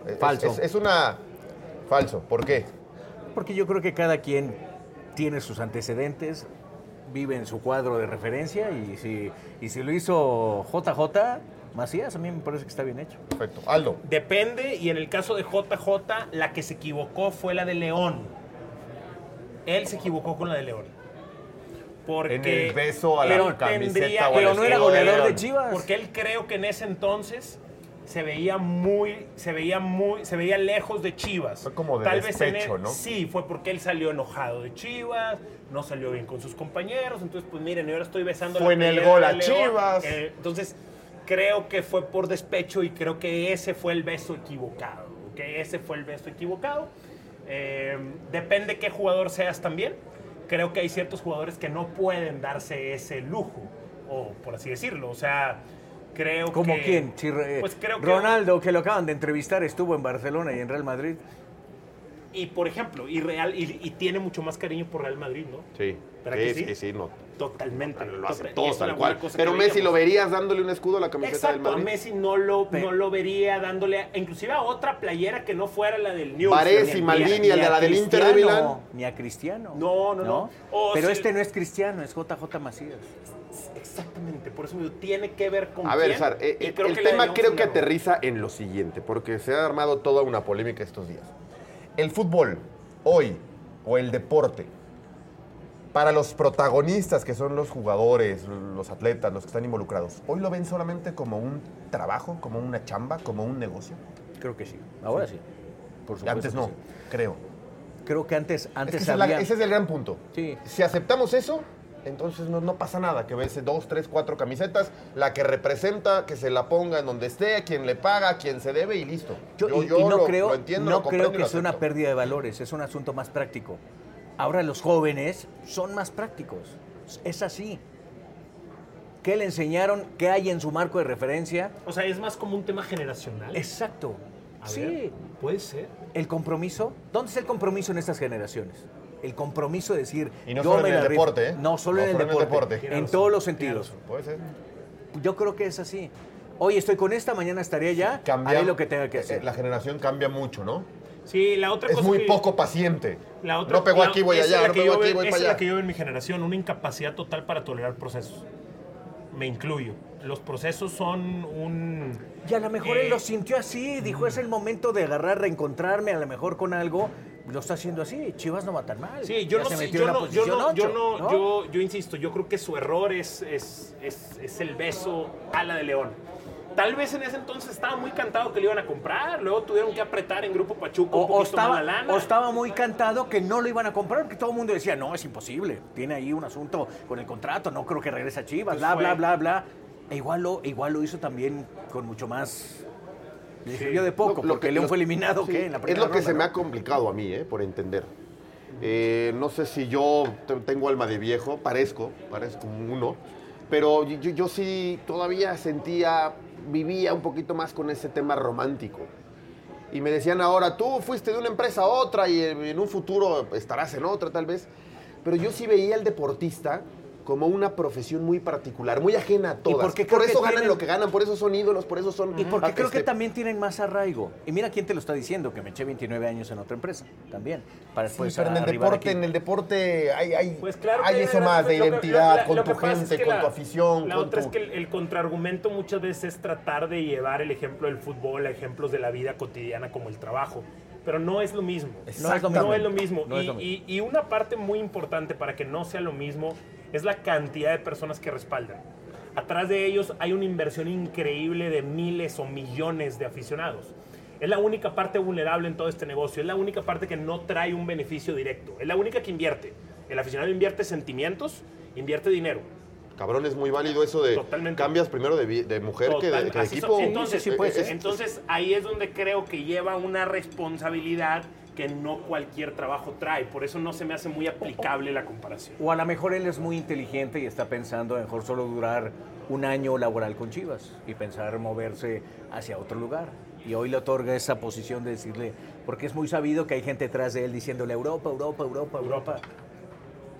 B: Es-
E: Falso.
B: Es, es una. Falso. ¿Por qué?
E: Porque yo creo que cada quien tiene sus antecedentes, vive en su cuadro de referencia y si, y si lo hizo JJ Macías, a mí me parece que está bien hecho.
B: Perfecto. Aldo.
D: Depende, y en el caso de JJ, la que se equivocó fue la de León. Él se equivocó con la de León. Porque
B: En el beso a la
D: él
B: camiseta
D: tendría-
B: o al Pero no era escudo de goleador de León.
E: Chivas.
D: Porque él creo que en ese entonces se veía muy, se veía muy, se veía lejos de Chivas. Fue
B: como de despecho, ¿no?
D: Sí, fue porque él salió enojado de Chivas, no salió bien con sus compañeros. Entonces, pues miren, yo ahora estoy besando
B: Fue en el
D: playera
B: gol
D: de
B: a
D: León.
B: Chivas.
D: Eh, entonces, creo que fue por despecho y creo que ese fue el beso equivocado. Que ese fue el beso equivocado. Eh, depende qué jugador seas también. Creo que hay ciertos jugadores que no pueden darse ese lujo, o por así decirlo. O sea, creo
E: ¿Como
D: que.
E: quién? Si re-
D: Pues creo que.
E: Ronaldo, que lo acaban de entrevistar, estuvo en Barcelona y en Real Madrid.
D: Y por ejemplo, y, Real, y, y tiene mucho más cariño por Real Madrid, ¿no?
B: Sí.
D: ¿Verdad que sí?
B: no.
D: Totalmente.
B: Lo hacen
D: Total-
B: todos
D: es una
B: tal cual.
D: buena cosa
B: Pero
D: que
B: Messi
D: veíamos.
B: lo verías dándole un escudo a la camiseta del
D: Exacto, a
B: Madrid.
D: Messi no lo, no lo vería dándole, a- inclusive a otra playera que no fuera la del News.
B: Varese y Maldini, el de la del Inter de Milán.
E: Ni a Cristiano.
D: No, no, Oh, no. O
E: Pero
D: si-
E: este no es Cristiano, es JJ Macías.
D: Exactamente, por eso digo, tiene que ver con
B: A ver,
D: quién,
B: Sar, eh,
D: y
B: eh,
D: creo
B: el
D: que la
B: tema
D: del
B: creo
D: News
B: que
D: no.
B: aterriza en lo siguiente, porque se ha armado toda una polémica estos días. El fútbol, hoy, o el deporte, para los protagonistas, que son los jugadores, los atletas, los que están involucrados, ¿hoy lo ven solamente como un trabajo, como una chamba, como un negocio?
E: Creo que sí. Ahora sí. Por supuesto.
B: Antes
E: que
B: no,
E: sí.
B: creo.
E: Creo que antes, antes
B: Es que esa es la-
E: había.
B: ese es el gran punto.
E: Sí.
B: Si aceptamos eso, entonces no, no pasa nada que ves dos, tres, cuatro camisetas, la que representa, que se la ponga en donde esté, a quien le paga, a quien se debe y listo.
E: Yo, y- y
B: yo
E: no
B: lo-
E: creo,
B: lo entiendo,
E: no
B: lo comprendo
E: creo
B: y
E: que
B: lo
E: sea una
B: acepto.
E: pérdida de valores, es un asunto más práctico. Ahora los jóvenes son más prácticos. Es así. ¿Qué le enseñaron? ¿Qué hay en su marco de referencia?
D: O sea, es más como un tema generacional.
E: Exacto.
D: A
E: sí.
D: ver, puede ser.
E: El compromiso. ¿Dónde está el compromiso en estas generaciones? El compromiso de decir.
B: Y no
E: yo
B: solo
E: me
B: en el
E: la rifo.
B: deporte, ¿eh?
E: No solo en el deporte.
B: deporte.
E: En todos los sentidos.
B: Puede ser.
E: Yo creo que es así. Hoy estoy con esta, mañana estaré allá.
B: Cambia-
E: haré lo que tenga que hacer.
B: eh, La generación cambia mucho, ¿no?
D: Sí, la otra
B: Es
D: cosa
B: muy
D: que-
B: poco paciente.
D: La otra,
B: no pegó
D: la-
B: aquí, voy
D: esa es
B: allá,
D: la
B: no
D: que
B: pegó
D: yo
B: aquí,
D: veo-
B: voy
D: esa
B: para
D: es
B: allá.
D: la que yo veo en mi generación, una incapacidad total para tolerar procesos. Me incluyo. Los procesos son un...
E: Y a lo mejor
D: Eh,
E: él lo sintió así, dijo, es el momento de agarrar, reencontrarme a lo mejor con algo. Lo está haciendo así, Chivas no va tan mal.
D: Sí, yo
E: Ya
D: no
E: se
D: sé,
E: metió
D: yo
E: en la
D: no, yo
E: posición
D: no, yo
E: ocho,
D: no,
E: ¿no?
D: yo, yo insisto, yo creo que su error es, es, es- es el beso a la de León. Tal vez en ese entonces estaba muy cantado que le iban a comprar, luego tuvieron que apretar en Grupo Pachuco
E: O,
D: un
E: o
D: poquito más
E: estaba,
D: la lana.
E: o estaba muy cantado que no lo iban a comprar, porque todo el mundo decía, no, es imposible, tiene ahí un asunto con el contrato, no creo que regrese a Chivas,
D: Pues
E: bla,
D: fue.
E: bla, bla, bla. E igual lo, igual lo hizo también con mucho más... Le sirvió de poco,
B: Lo- lo
E: porque
B: que-
E: León
B: lo-
E: fue eliminado,
B: sí,
E: ¿qué? En la
B: Es
E: primera
B: lo que
E: ronda,
B: se me
E: ¿no?
B: ha complicado a mí, ¿eh? por entender. Eh, no sé si yo te- tengo alma de viejo, parezco, parezco un uno, pero yo, yo- yo sí todavía sentía, vivía un poquito más con ese tema romántico. Y me decían ahora, tú fuiste de una empresa a otra y en en un futuro estarás en otra tal vez, pero yo sí veía al deportista como una profesión muy particular, muy ajena a todas.
E: porque creo
B: por
E: que
B: eso ganan
E: tienen-
B: lo que ganan, por eso son ídolos, por eso son...
E: Y porque creo que
B: este,
E: también tienen más arraigo. Y mira quién te lo está diciendo, que me eché 29 años en otra empresa, también. Para
B: Sí,
E: después
B: pero en el
E: arribar
B: deporte,
E: Pues aquí.
B: en el deporte hay, hay, hay
D: Pues que
B: eso
D: una
B: más de
D: gran diferencia.
B: identidad,
D: Lo que-
B: con
D: lo que
B: tu
D: pasa es
B: gente,
D: que
B: con
D: la-
B: tu afición,
D: La
B: con
D: otra
B: tu...
D: es que el, el contraargumento muchas veces es tratar de llevar el ejemplo del fútbol a ejemplos de la vida cotidiana como el trabajo. Pero no es lo mismo.
E: Exactamente.
D: No es lo mismo.
E: No es
D: y,
E: lo mismo.
D: y- y una parte muy importante para que no sea lo mismo es la cantidad de personas que respaldan. Atrás de ellos hay una inversión increíble de miles o millones de aficionados. Es la única parte vulnerable en todo este negocio. Es la única parte que no trae un beneficio directo. Es la única que invierte. El aficionado invierte sentimientos, invierte dinero.
B: Cabrón, es muy válido eso de cambias primero de, vi- de mujer que de,
D: Total,
B: que de
D: así
B: equipo.
D: son. Entonces,
B: Eh,
D: pues,
B: es-
D: entonces, ahí es donde creo que lleva una responsabilidad que no cualquier trabajo trae. Por eso no se me hace muy aplicable la comparación.
E: O a lo mejor él es muy inteligente y está pensando en mejor solo durar un año laboral con Chivas y pensar moverse hacia otro lugar. Y hoy le otorga esa posición de decirle, porque es muy sabido que hay gente detrás de él diciéndole Europa, Europa, Europa, Europa.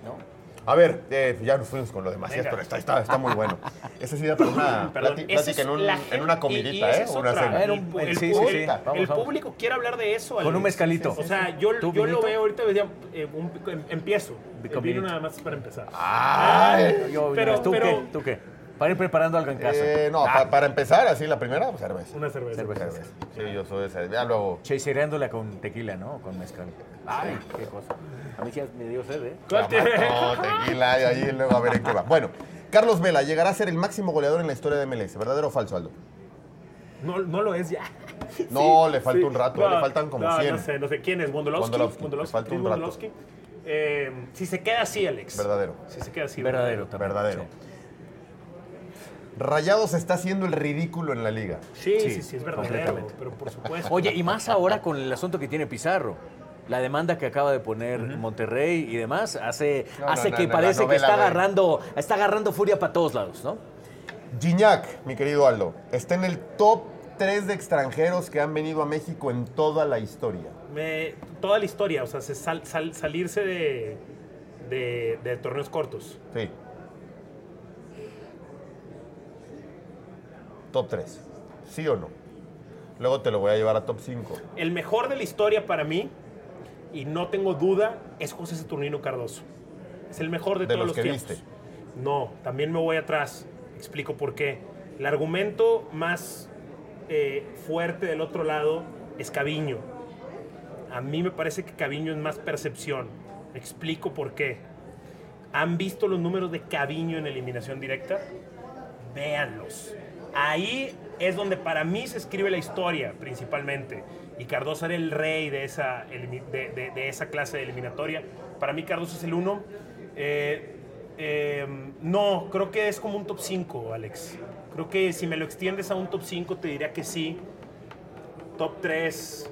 E: ¿No?
B: A ver, eh, ya nos fuimos con lo demasiado,
E: Venga.
B: pero está, está, está muy bueno. Esa sí da para una
D: Perdón,
B: plati-
D: esa es
B: Ah, plática en, un-
D: la
B: en
D: gente-
B: una
D: y- y
B: comidita,
D: esa
B: ¿eh?
D: es
B: O una
D: otra.
B: cena.
D: El, pu- el
E: sí, sí,
D: público,
E: sí. Vamos,
D: el
E: vamos.
D: público quiere hablar de eso.
E: Con
D: Alex.
E: un mezcalito.
D: O sea, yo,
E: ¿Tú,
D: yo lo
E: vinito?
D: veo ahorita, decía, eh, un pico- em- empiezo. El
E: vinito.
D: vino nada más para empezar.
B: Ah. Ay,
E: Yo,
D: pero,
E: ¿tú,
D: pero-
E: qué? ¿Tú qué? Para ir preparando algo en casa.
B: Eh, no,
E: Ah,
B: pa- para empezar, así la primera, pues, cerveza.
D: Una cerveza.
E: cerveza.
B: Sí, yo soy ese. Ya luego.
E: Chasereándola con tequila, ¿no? O Con mezcal. Ay, qué cosa. A mí ya me dio sed, ¿eh?
D: ¿Cuál te-
B: No, tequila y ahí luego a ver en qué va. Bueno, Carlos Vela llegará a ser el máximo goleador en la historia de MLS, ¿verdadero o falso, Aldo?
D: No, no lo es ya.
B: No,
D: Sí,
B: le falta
D: sí.
B: un rato,
D: No,
B: le faltan como
D: no,
B: 100.
D: No sé, no sé quién es, Wondolowski.
B: Wondolowski,
D: Wondolowski.
B: le falta
D: Chris
B: un rato.
D: Wondolowski. Eh, si se queda así, Alex.
B: Verdadero.
D: Si se queda así.
E: Verdadero también.
B: Verdadero. Rayados está haciendo el ridículo en la liga.
D: Sí, sí,
E: Sí,
D: sí, es verdadero.
E: completamente.
D: Pero por supuesto.
E: Oye, y más ahora con el asunto que tiene Pizarro. La demanda que acaba de poner Monterrey y demás hace,
B: No,
E: hace
B: no,
E: que
B: no, no,
E: parece
B: la
E: que
B: novela,
E: está
B: güey.
E: agarrando, está agarrando furia para todos lados, ¿no?
B: Gignac, mi querido Aldo, está en el top 3 de extranjeros que han venido a México en toda la historia.
D: Me- toda la historia, o sea, se sal- sal- salirse de, de, de torneos cortos.
B: Sí. Top 3. ¿Sí o no? Luego te lo voy a llevar a top 5.
D: El mejor de la historia para mí, y no tengo duda, es José Saturnino Cardoso. Es el mejor de,
B: De
D: todos
B: los
D: los,
B: que
D: tiempos.
B: viste.
D: No, también me voy atrás. Explico por qué. El argumento más eh, fuerte del otro lado es Caviño. A mí me parece que Caviño es más percepción. Explico por qué. ¿Han visto los números de Caviño en eliminación directa? Véanlos. Ahí es donde para mí se escribe la historia principalmente. Y Cardoso era el rey de esa, elimi- de, de- de esa clase de eliminatoria. Para mí Cardoso es el uno. Eh, eh, no, creo que es como un top 5, Alex. Creo que si me lo extiendes a un top 5 te diría que sí. Top 3.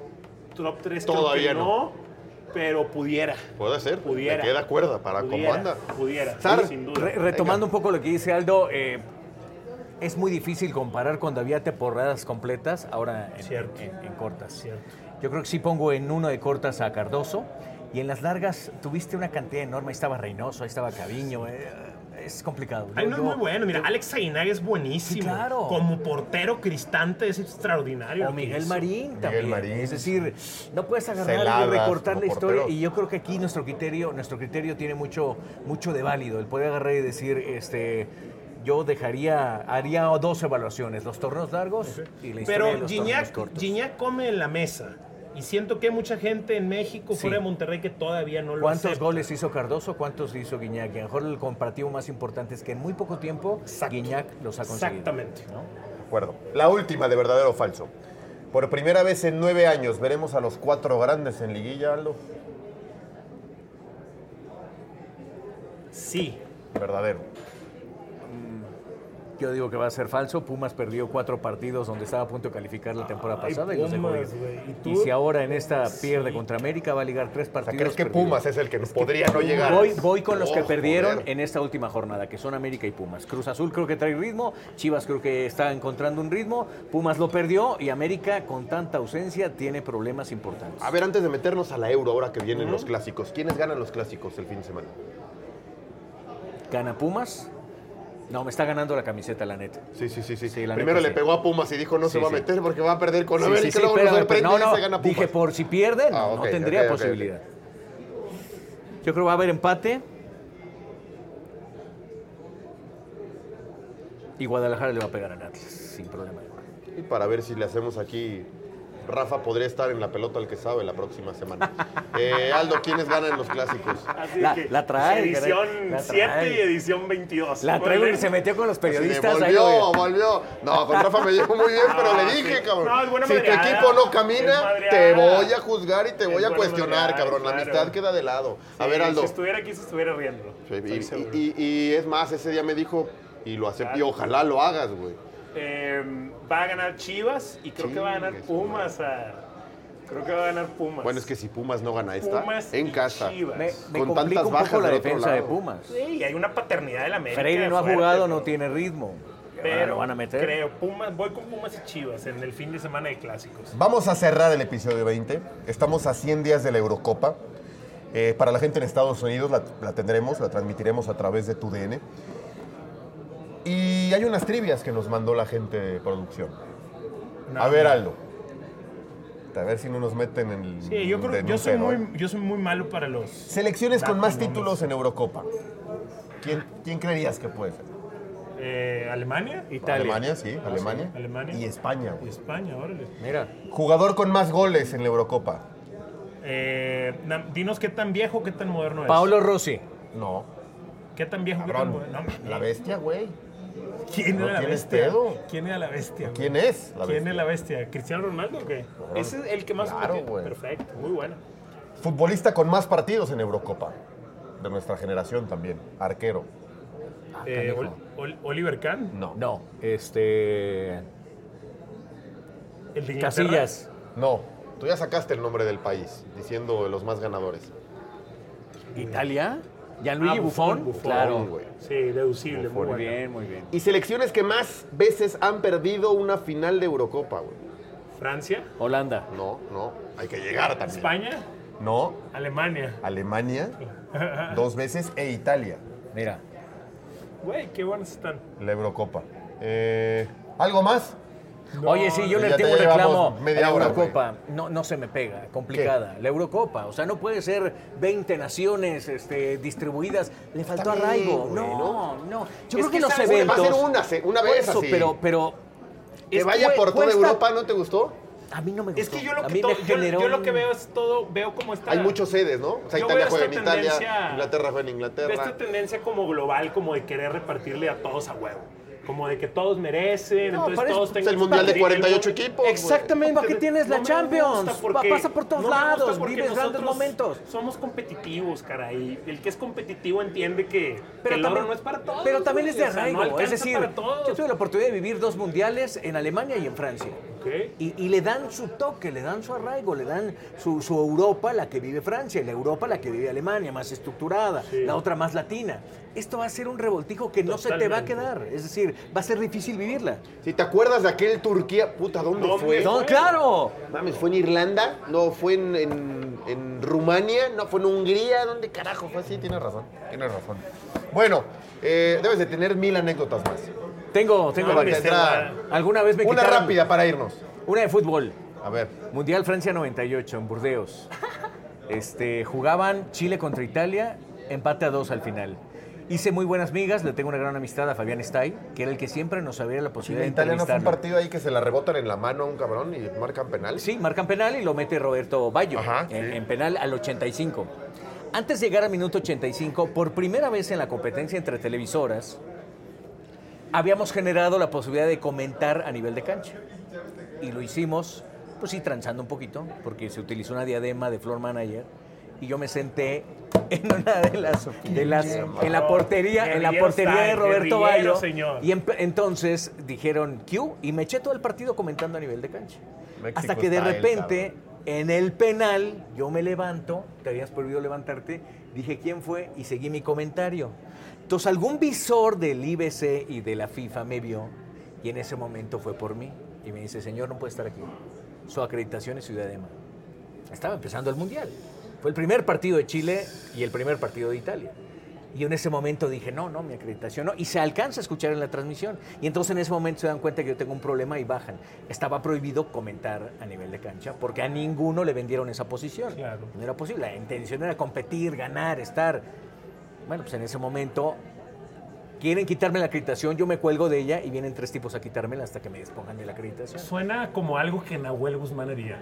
D: Top 3
B: Todavía no.
D: pero pudiera.
B: Puede ser.
D: Pudiera.
B: Me queda cuerda para
D: Pudiera,
B: cómo anda.
D: Pudiera,
B: Sar,
D: sin duda.
E: Re- retomando un poco lo que dice Aldo, eh, es muy difícil comparar cuando había temporadas completas, ahora en,
D: Cierto.
E: en- en cortas.
D: Cierto.
E: Yo creo que sí pongo en uno de cortas a Cardoso. Y en las largas tuviste una cantidad enorme. Ahí estaba Reynoso, ahí estaba Caviño. eh, es complicado.
D: Ay,
E: Yo-
D: no es
E: yo-
D: muy bueno. Mira, Alex Aguinaga es buenísimo.
E: Sí, claro.
D: Como portero cristante es extraordinario.
E: O
D: lo que
E: Miguel
D: hizo.
E: Marín también.
B: Marín.
E: Es decir, no puedes agarrar
B: Celadas,
E: y recortar la
B: como
E: historia.
B: porteros.
E: Y yo creo que aquí nuestro criterio, nuestro criterio tiene mucho, mucho de válido. El poder agarrar y decir, este, yo dejaría, haría dos evaluaciones, los torneos largos y la historia de
D: Pero
E: los torneos
D: Gignac,
E: cortos.
D: Gignac come en la mesa. Y siento que hay mucha gente en México,
E: Sí.
D: fuera de Monterrey, que todavía no lo
E: ¿Cuántos
D: acepta.
E: goles hizo Cardoso? ¿Cuántos hizo Guiñac? Y a lo mejor el comparativo más importante es que en muy poco tiempo Guiñac los ha conseguido.
D: Exactamente.
E: ¿no?
F: acuerdo. La última de verdadero o falso. Por primera vez en nueve años veremos a los cuatro grandes en liguilla, Aldo.
D: Sí.
F: Verdadero.
E: Yo digo que va a ser falso. Pumas perdió cuatro partidos donde estaba a punto de calificar la temporada
D: Ay,
E: pasada y los dejó
D: Pumas,
E: ir.
D: güey. ¿Y
E: ¿Y,
D: tú?
E: si ahora en esta pierde contra América va a ligar tres partidos.
B: ¿crees que
E: perdidos.
B: Pumas es el que podría no llegar?
E: Voy, voy con los que
B: Oh,
E: perdieron
B: joder.
E: en esta última jornada, que son América y Pumas. Cruz Azul creo que trae ritmo, Chivas creo que está encontrando un ritmo, Pumas lo perdió y América con tanta ausencia tiene problemas importantes.
B: A ver, antes de meternos a la euro, ahora que vienen los clásicos, ¿quiénes ganan los clásicos el fin de semana?
E: ¿Gana Pumas? No, me está ganando la camiseta, la neta.
B: Sí, sí, sí. sí.
E: la
B: Primero
E: neta,
B: le
E: sí.
B: pegó a Pumas y dijo no se
E: Sí,
B: va
E: sí.
B: a meter porque va a perder con
E: Sí, sí,
B: América,
E: sí,
B: luego
E: espérame,
B: nos sorprende
E: no,
B: y
E: no,
B: se gana Pumas.
E: Dije, por si pierde, no,
B: Ah,
E: no
B: ok,
E: tendría
B: ok, ok,
E: posibilidad. Yo creo que va a haber empate. Y Guadalajara le va a pegar al Atlas, sin problema.
B: Y para ver si le hacemos aquí, Rafa podría estar en la pelota al que sabe la próxima semana. Eh, Aldo, ¿quiénes ganan los clásicos?
D: Así
E: La-
D: que
E: la trae,
D: Edición
E: caray, la
D: 7
E: trae.
D: y edición 22.
E: La traigo y
D: Ponle.
E: se metió con los periodistas.
B: Así de,
E: ahí lo
B: volvió,
E: veo.
B: volvió. No, con Rafa me llevo muy bien, pero
D: Ah,
B: le dije,
D: sí.
B: cabrón.
D: No, es buena
B: si tu
D: madreada,
B: equipo no
D: es
B: camina,
D: madreada.
B: te voy a juzgar y te
D: Es
B: voy a
D: buena
B: cuestionar,
D: madreada,
B: cabrón. La
D: claro.
B: amistad queda de lado. a
D: Sí,
B: ver, Aldo.
D: eh, Si estuviera aquí, se estuviera riendo.
B: Sí,
D: Estoy seguro.
B: y, y- y es más, ese día me dijo, y lo acepto, y
D: Claro.
B: ojalá lo hagas, güey.
D: Eh, va a ganar Chivas y creo que va a ganar
B: Chingues,
D: Pumas. ah. Creo que va a ganar Pumas.
B: Bueno, es que si Pumas no gana esta,
D: Pues, Pumas
B: en
D: y
B: casa.
D: Chivas.
E: Me, me complica
B: Con tantas
E: un
B: bajas
E: poco la
B: del otro
E: defensa de
B: lado.
E: Pumas.
D: Sí, hay una paternidad de la América.
E: Freire no ha
D: fuerte,
E: jugado,
D: pero-
E: no tiene ritmo. Ahora
D: Pero
E: lo van a meter.
D: Creo, Pumas, voy con Pumas y Chivas en el fin de semana de clásicos.
F: Vamos a cerrar el episodio 20. Estamos a 100 días de la Eurocopa. Eh, para la gente en Estados Unidos la, la tendremos, la transmitiremos a través de TUDN. Y hay unas trivias que nos mandó la gente de producción. a ver, Aldo. A ver si no nos meten en el.
D: Sí, yo creo
F: en
D: yo
F: un
D: soy,
F: pedo, ¿eh?
D: muy, yo soy muy malo para los.
F: Selecciones con
D: Datos,
F: más
D: nombres.
F: títulos en Eurocopa. ¿Quién, quién creerías que puede ser?
D: eh, Alemania Ah,
E: Italia.
F: Alemania, sí, Alemania.
D: Alemania.
F: Y España,
D: y
F: güey.
D: España, órale.
E: Mira,
D: Pues,
F: Jugador con más goles en la Eurocopa.
D: Eh, na- dinos qué tan viejo, qué tan moderno es.
E: Paolo Rossi.
F: No.
D: ¿Qué tan viejo, qué tan
F: Cabrón.
D: moderno? No,
F: La bestia, güey.
D: ¿Quién
F: No
D: era la
F: tienes
D: bestia?
F: pedo.
D: ¿Quién era la bestia? güey?
F: ¿Quién es la
D: ¿Quién
F: bestia?
D: es la bestia? ¿Cristiano Ronaldo o qué? Ese es el que más
F: Claro,
D: metió.
F: güey.
D: Perfecto, muy bueno.
F: Futbolista con más partidos en Eurocopa. De nuestra generación también. Arquero.
D: Eh, Ol- Ol- Oliver Kahn,
F: No.
E: No, este.
D: el de Inglaterra.
E: Casillas.
B: No, tú ya sacaste el nombre del país, diciendo los más ganadores.
E: Italia. Gianluigi
D: Ah,
E: Buffon.
D: Buffon, Buffon.
E: Claro.
B: güey.
D: Sí, deducible, muy
E: Muy
D: bueno.
E: bien, muy bien.
B: Y selecciones que más veces han perdido una final de Eurocopa, güey.
D: Francia,
E: Holanda.
B: No, no, hay que llegar también.
D: España,
F: No.
D: Alemania.
F: Alemania. dos veces. E Italia.
E: Mira.
D: Güey, qué buenos están.
F: La Eurocopa. Eh, ¿Algo más?
E: Oye, sí, yo
F: ya
E: le
F: te-
E: tengo un
F: ya llevamos
E: reclamo.
F: media
E: la
F: hora,
E: Eurocopa no, no se me pega, complicada. La Eurocopa, o sea, no puede ser 20 naciones este, distribuidas. Le faltó
B: bien,
E: arraigo.
B: güey,
E: No, no. Yo creo
B: Es
E: que,
B: que
E: los
B: esa- güey, va
E: eventos.
B: a ser una se- una
E: Por
B: vez
E: eso,
B: así.
E: Pero, pero.
B: Que
E: es
B: vaya
E: cue-
B: por toda
E: cuesta-
B: Europa, ¿no te gustó?
E: A mí no me gustó.
D: Es que yo lo
E: A
D: que,
E: mí
D: todo-
E: me
D: yo-
E: generó
D: yo, lo que
E: un-
D: veo es todo, veo cómo está.
B: Hay muchos sedes, ¿no? O sea,
D: Yo
B: Italia
D: veo
B: juega en
D: esta
B: Italia,
D: tendencia-
B: Inglaterra juega en Inglaterra.
D: Esta tendencia como global, como de querer repartirle a todos a huevo. Como de que todos merecen,
E: No,
D: entonces
E: parece-
D: todos
B: Es
D: tengan...
B: el mundial de
D: el
B: 48
D: mundo-
B: equipos. güey.
E: Exactamente, ¿para qué tienes la
D: No me
E: Champions?
D: gusta
E: Va-
D: porque-
E: pasa por todos
D: no me gusta
E: lados,
D: porque
E: vives grandes
D: nosotros
E: momentos.
D: Somos competitivos, caray. El que es competitivo entiende que, que el oro no es para todos.
E: pero también es de
D: güey, o sea,
E: arraigo.
D: no alcanza
E: es decir,
D: para todos.
E: yo tuve la oportunidad de vivir dos mundiales en Alemania y en Francia.
D: Ok.
E: Y, y le dan su toque, le dan su arraigo, le dan su, su Europa, la que vive Francia, y la Europa, la que vive Alemania, más estructurada, la otra más latina. Esto va a ser un revoltijo que no se te va a quedar. Es decir, va a ser difícil vivirla.
B: Si te acuerdas de aquel Turquía, puta, ¿dónde
D: ¿Dónde?
B: fue?
E: No, claro.
B: Mames, ¿fue en Irlanda? ¿No fue en, en- en Rumania? ¿No fue en Hungría? ¿Dónde carajo fue así? Tienes razón, tienes razón. Bueno, eh, debes de tener mil anécdotas más.
E: Tengo, tengo
B: No,
E: varias.
B: me queda-
E: Alguna vez me
B: Una
E: quitaron-
B: rápida para irnos.
E: Una de fútbol.
B: A ver.
E: Mundial Francia 98 en Burdeos. Este, jugaban Chile contra Italia, empate a dos al final. Hice muy buenas migas, le tengo una gran amistad a Fabián Stay, que era el que siempre nos abría la posibilidad
F: Chile,
E: de
F: Italia no fue un
E: entrevistarlo.
F: partido ahí que se la rebotan en la mano a un cabrón y marcan penal.
E: Sí, marcan penal y lo mete Roberto Bayo
F: Ajá,
E: en,
F: sí.
E: en penal al 85. Antes de llegar al minuto 85, por primera vez en la competencia entre televisoras, habíamos generado la posibilidad de comentar a nivel de cancha. Y lo hicimos, pues sí, transando un poquito, porque se utilizó una diadema de floor manager. Y yo me senté en una de las, de las en la portería, en la
D: Guerrillero
E: portería de
D: está,
E: Roberto
D: guerrillero,
E: Bayo.
D: señor.
E: Y empe- entonces dijeron Q y me eché todo el partido comentando a nivel de cancha.
D: México
E: Hasta que de
D: style,
E: repente, en el penal, yo me levanto, te habías prohibido levantarte, dije quién fue y seguí mi comentario. Entonces algún visor del IBC y de la FIFA me vio y en ese momento fue por mí y me dice, señor, no puede estar aquí. Su acreditación es Ciudadema. Estaba empezando el Mundial. Fue el primer partido de Chile y el primer partido de Italia. Y en ese momento dije, no, no, mi acreditación no. Y se alcanza a escuchar en la transmisión. Y entonces en ese momento se dan cuenta que yo tengo un problema y bajan. Estaba prohibido comentar a nivel de cancha porque a ninguno le vendieron esa posición. No era posible. La intención era competir, ganar, estar. Bueno, pues en ese momento quieren quitarme la acreditación, yo me cuelgo de ella y vienen tres tipos a quitármela hasta que me despongan de la acreditación.
D: Suena como algo que Nahuel Guzmán haría.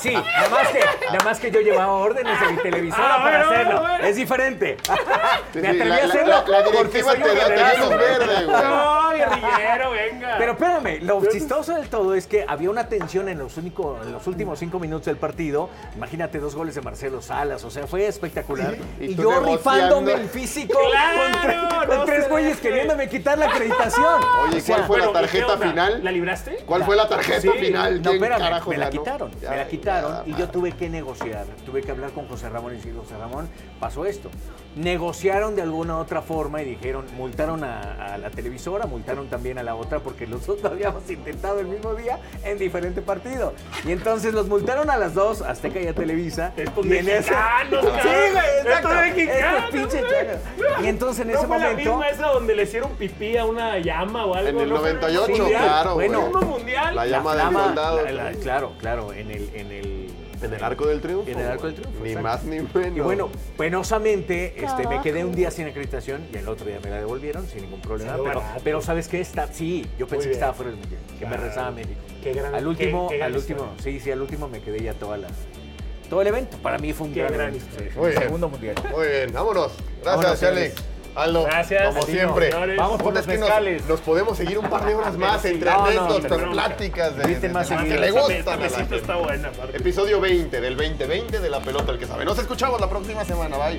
E: Sí, nada más que, nada más que yo llevaba órdenes de mi televisora
D: Ah,
E: para
D: bueno, bueno,
E: hacerlo.
D: bueno.
E: Es diferente.
B: Sí, sí,
E: me atreví
B: la-
E: a
B: la-
E: hacerlo
B: la- la directiva
E: porque soy
B: te
E: un
B: da- te da
E: guerrero.
B: luz verde, güey.
D: No, guerrillero, venga.
E: Pero espérame, lo chistoso del todo es que había una tensión en los, único- en los últimos cinco minutos del partido. Imagínate dos goles de Marcelo Salas, o sea, fue espectacular.
B: Y
E: Y,
B: tú
E: yo
B: negociando.
E: rifándome el físico con, tre-
D: Claro,
E: con
D: no
E: tres
D: se
E: güeyes
D: deje.
E: queriéndome quitar la acreditación.
B: Oye,
E: O sea,
B: ¿cuál fue la
D: bueno, ¿y qué
B: tarjeta
D: onda?
B: final?
D: ¿La libraste?
B: ¿Cuál
E: Ya.
B: fue la tarjeta
D: Sí.
B: final?
E: No,
B: ¿Quién
E: espérame,
B: carajo
E: me la
B: ganó?
E: quitaron,
B: Ya,
E: me la
B: ya,
E: quitaron y yo
B: madre.
E: tuve que negociar, tuve que hablar con José Ramón y decirle, José Ramón, pasó esto. Negociaron de alguna otra forma y dijeron, multaron a, a la televisora, multaron también a la otra porque nosotros lo habíamos intentado el mismo día en diferente partido. Y entonces los multaron a las dos, Azteca y a Televisa.
D: Estos
E: y en ese-
D: mexicanos,
E: Sí,
D: cabrón.
E: güey, exacto.
D: Estos mexicanos,
E: Estos pinches
D: güey.
E: chacas. Y entonces en
D: No
E: ese
D: fue
E: momento...
D: la misma esa donde le hicieron pipí a una llama o algo.
B: En el
D: ¿no? Fue
B: 98,
D: mundial.
B: claro, güey.
E: Bueno,
D: Mismo mundial.
B: La llama
E: La
B: del
E: flama,
B: soldado.
E: la- la- claro, claro, en el, en el,
B: En el arco del triunfo.
E: En el arco del
B: güey.
E: triunfo.
B: Ni
E: exacto.
B: más ni menos.
E: Y bueno, penosamente este, me quedé un día sin acreditación y el otro día me la devolvieron sin ningún problema.
D: Salió
E: Pero,
D: barato.
E: pero ¿sabes qué? Está, sí, yo pensé que
D: bien.
E: estaba fuera del mundial, que me
D: Claro.
E: rezaba México.
D: Qué gran-
E: al último,
D: qué- qué gran
E: al último, sí, sí, al último me quedé ya toda la, todo el evento. Para mí fue un
D: Qué
E: gran,
D: gran
E: evento.
D: historia.
E: Sí,
B: Muy
E: el
B: bien.
E: segundo mundial.
B: Muy bien, vámonos.
E: Vámonos,
B: Gracias, Alex.
E: señores.
B: Aldo,
D: Gracias,
B: como
D: Latino,
B: siempre.
D: señores.
E: Vamos
B: Puta,
E: por los
B: es que nos-
E: mezcales.
B: Nos, podemos seguir un par de horas más
D: Sí.
B: entre
E: No, no,
B: anécdotas,
D: pero-
B: pláticas de,
E: Inviten
B: de-
E: más
B: de-
E: seguido.
B: que le
D: Esta me-
B: gustan a
D: Esta
B: la
D: mesita
B: gente.
D: está buena. aparte.
B: Episodio 20 del 2020 de La Pelota el que sabe. Nos escuchamos la próxima semana. Bye.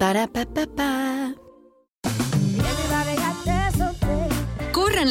G: Para pa pa pa.
H: Corran